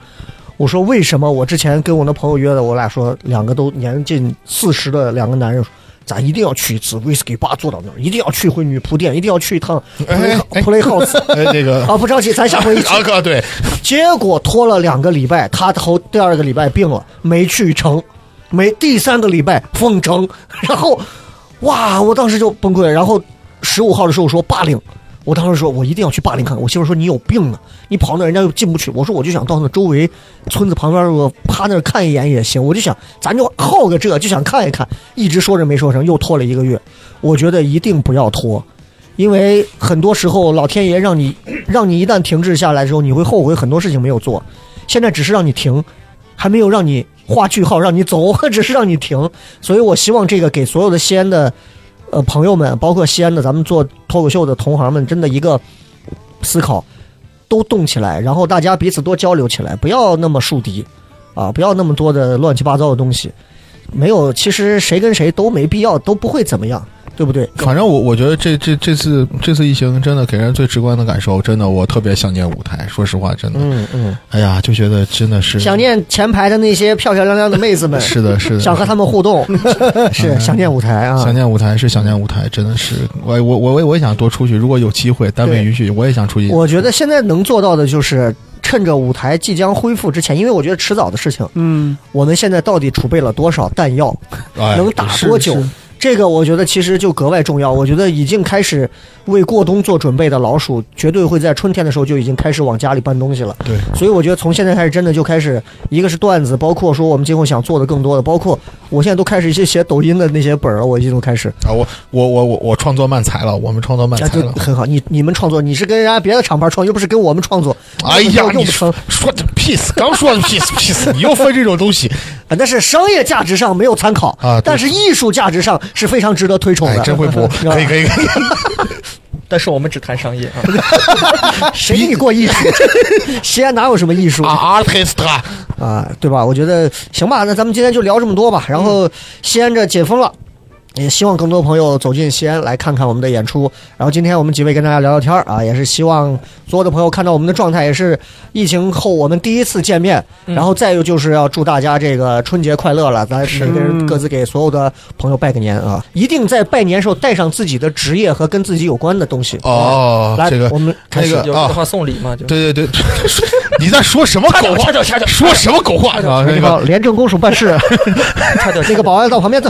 A: 我说为什么我之前跟我的朋友约的，我俩说两个都年近四十的两个男人。咱一定要去一次 whisky 吧，坐到那儿，一定要去回女仆店，一定要去一趟 play
D: 哎哎
A: play house
D: 哎，那个
A: 啊！不着急，咱下回一起。
D: 啊哥，对，
A: 结果拖了两个礼拜，他头第二个礼拜病了，没去成，没第三个礼拜封城，然后，哇，我当时就崩溃了。然后十五号的时候说霸凌，我当时说我一定要去霸凌看看。我媳妇说你有病呢，你跑那人家又进不去。我说我就想到那周围村子旁边，我趴那儿看一眼也行。我就想咱就好个这，就想看一看，一直说着没说成，又拖了一个月。我觉得一定不要拖。因为很多时候老天爷让你让你一旦停滞下来之后，你会后悔很多事情没有做。现在只是让你停，还没有让你画句号，让你走， 只是让你停。所以我希望这个给所有的西安的呃朋友们，包括西安的咱们做脱口秀的同行们，真的一个思考，都动起来，然后大家彼此多交流起来，不要那么树敌啊，不要那么多的乱七八糟的东西。没有，其实谁跟谁都没必要，都不会怎么样，对不对？
D: 反正我我觉得这这这次这次疫情真的给人最直观的感受，真的我特别想念舞台，说实话，真的，
A: 嗯嗯。
D: 哎呀，就觉得真的是
A: 想，念前排的那些漂漂亮亮的妹 子们，
D: 是的，是的，
A: 想和他们互 动，是想念舞台啊
D: 嗯想。念舞台是想念舞台，真的是我我我我也想多出去，如果有机会，单位
A: 对
D: 允许，我也想出去。
A: 我觉得现在能做到的就是趁着舞台即将恢复之前，因为我觉得迟早的事情，
C: 嗯，
A: 我们现在到底储备了多少弹药，
D: 哎
A: 能打
C: 是
A: 多久
C: 是？
A: 这个我觉得其实就格外重要。我觉得已经开始为过冬做准备的老鼠，绝对会在春天的时候就已经开始往家里搬东西了。
D: 对，
A: 所以我觉得从现在开始，真的就开始，一个是段子，包括说我们今后想做的更多的，包括我现在都开始一些写抖音的那些本儿了，我已经都开始。
D: 啊，我我我我我创作慢才了，我们创作慢
A: 啊，
D: 才
A: 对
D: 了，。
A: 很好。你你们创作，你是跟人家别的厂牌创，又不是跟我们创作。
D: 哎呀
A: 那，用
D: 你
A: 不成
D: 说。说的 peace，刚说的 peace peace，你又分这种东西，
A: 啊但是商业价值上没有参考
D: 啊对
A: 但是艺术价值上是非常值得推崇
D: 哎
A: 的。，
D: 真会 补，可以可以可以。
B: 但是我们只谈商业啊，
A: 谁给你过 艺术？西安哪有什么艺术啊
D: 啊，artist，
A: 对吧？我觉得行吧，那咱们今天就聊这么多吧。然
D: 嗯
A: 后西安这解封了。也希望更多朋友走进西安来看看我们的演出。然后今天我们几位跟大家聊聊天儿啊，也是希望所有的朋友看到我们的状态，也是疫情后我们第一次见面。
D: 嗯
A: 然后再有就是要祝大家这个春节快乐了，咱每个人各自给所有的朋友拜个年啊！一定在拜年时候带上自己的职业和跟自己有关的东西。
D: 哦
A: 来，
D: 这个
A: 我们开始
D: 那个
B: 有
D: 啊
B: 的话送礼嘛，就啊
D: 对对 对，你在说什么狗话
B: 掐？掉掐掉掐掉
D: 说什么狗话啊？那
A: 那
D: 个
A: 个廉政公署办 事，
B: 差点
A: 那个保安到旁边坐。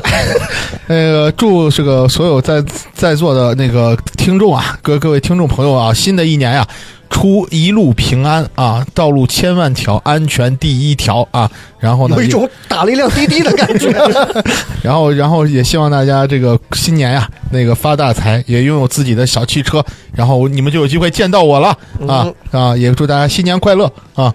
D: 那个，祝这个所有在在座的那个听众啊，各各位听众朋友啊，新的一年呀、出一路平安啊，道路千万条，安全第一条啊。然后呢
A: 有，一种打了一辆滴滴的感觉。
D: 然后然后也希望大家这个新年呀、那个发大财，也拥有自己的小汽车，然后你们就有机会见到我了
A: 嗯
D: 啊、啊！也祝大家新年快乐啊！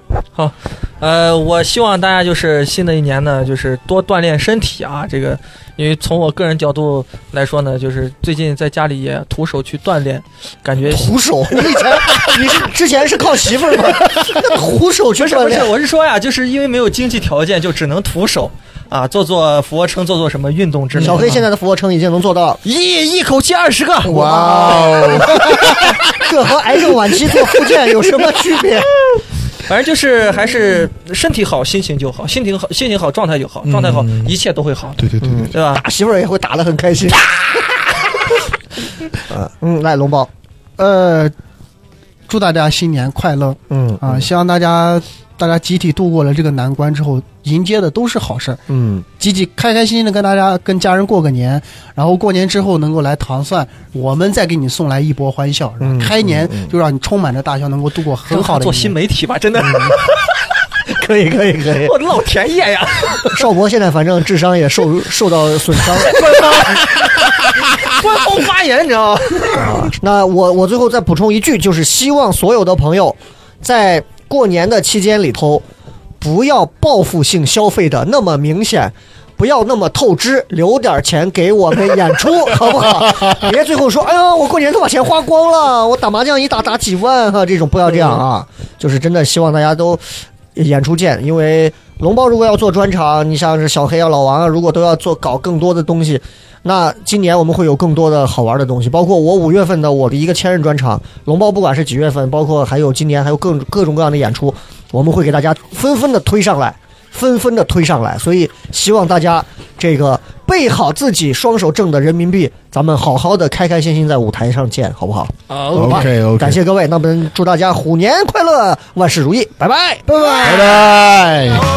B: 呃，我希望大家就是新的一年呢，就是多锻炼身体啊。这个，因为从我个人角度来说呢，就是最近在家里也徒手去锻炼，感 觉
A: 徒手，你以前你是之前是靠媳妇儿吗？ 那徒手去
B: 不是
A: 锻
B: 不是，
A: 炼，
B: 我是说呀，就是因为没有经济条件，就只能徒手啊，做做俯卧撑，做做什么运动之类的
A: 小
B: 啊。
A: 黑现在的俯卧撑已经能做到，
B: 一一口气二十个，
D: 哇哦，
A: 这和癌症晚期做复健有什么区别？
B: 反正就是还是身体好，心情就好，心情好，心情好，状态就好，状态好，一切都会好，
D: 对对对对，
B: 嗯对吧？
A: 打媳妇儿也会打得很开 心。啊，嗯，来龙包，
C: 呃，祝大家新年快乐
A: 嗯
C: 啊！希望大家大家集体度过了这个难关之后，迎接的都是好事儿。
A: 嗯，
C: 积极开开心心的跟大家跟家人过个年，然后过年之后能够来糖蒜，我们再给你送来一波欢笑，然后开年就让你充满着大笑，能够度过很好的一
B: 做
C: 年。
B: 新媒体吧，真的，
A: 可以可以可以。
B: 我老田野呀，
A: 少博现在反正智商也受受到损伤。
B: 官方发言，你知道吗？
A: 那我我最后再补充一句，就是希望所有的朋友在过年的期间里头，不要报复性消费的那么明显。不要那么透支，留点钱给我们演出，好不好？别最后说，哎呀，我过年都把钱花光了，我打麻将一打打几万哈，这种不要这样啊！就是真的希望大家都演出见，因为龙包如果要做专场，你像是小黑啊、老王啊，如果都要做搞更多的东西，那今年我们会有更多的好玩的东西，包括我五月份的我的一个千人专场，龙包不管是几月份，包括还有今年还有各各种各样的演出，我们会给大家纷纷的推上来，纷纷的推上来，所以希望大家这个备好自己双手挣的人民币，咱们好好的开开心心在舞台上见，好不好？
B: 啊，
D: OK OK，
A: 感谢各位，那我们祝大家虎年快乐，万事如意，拜拜，拜拜。
D: 拜拜。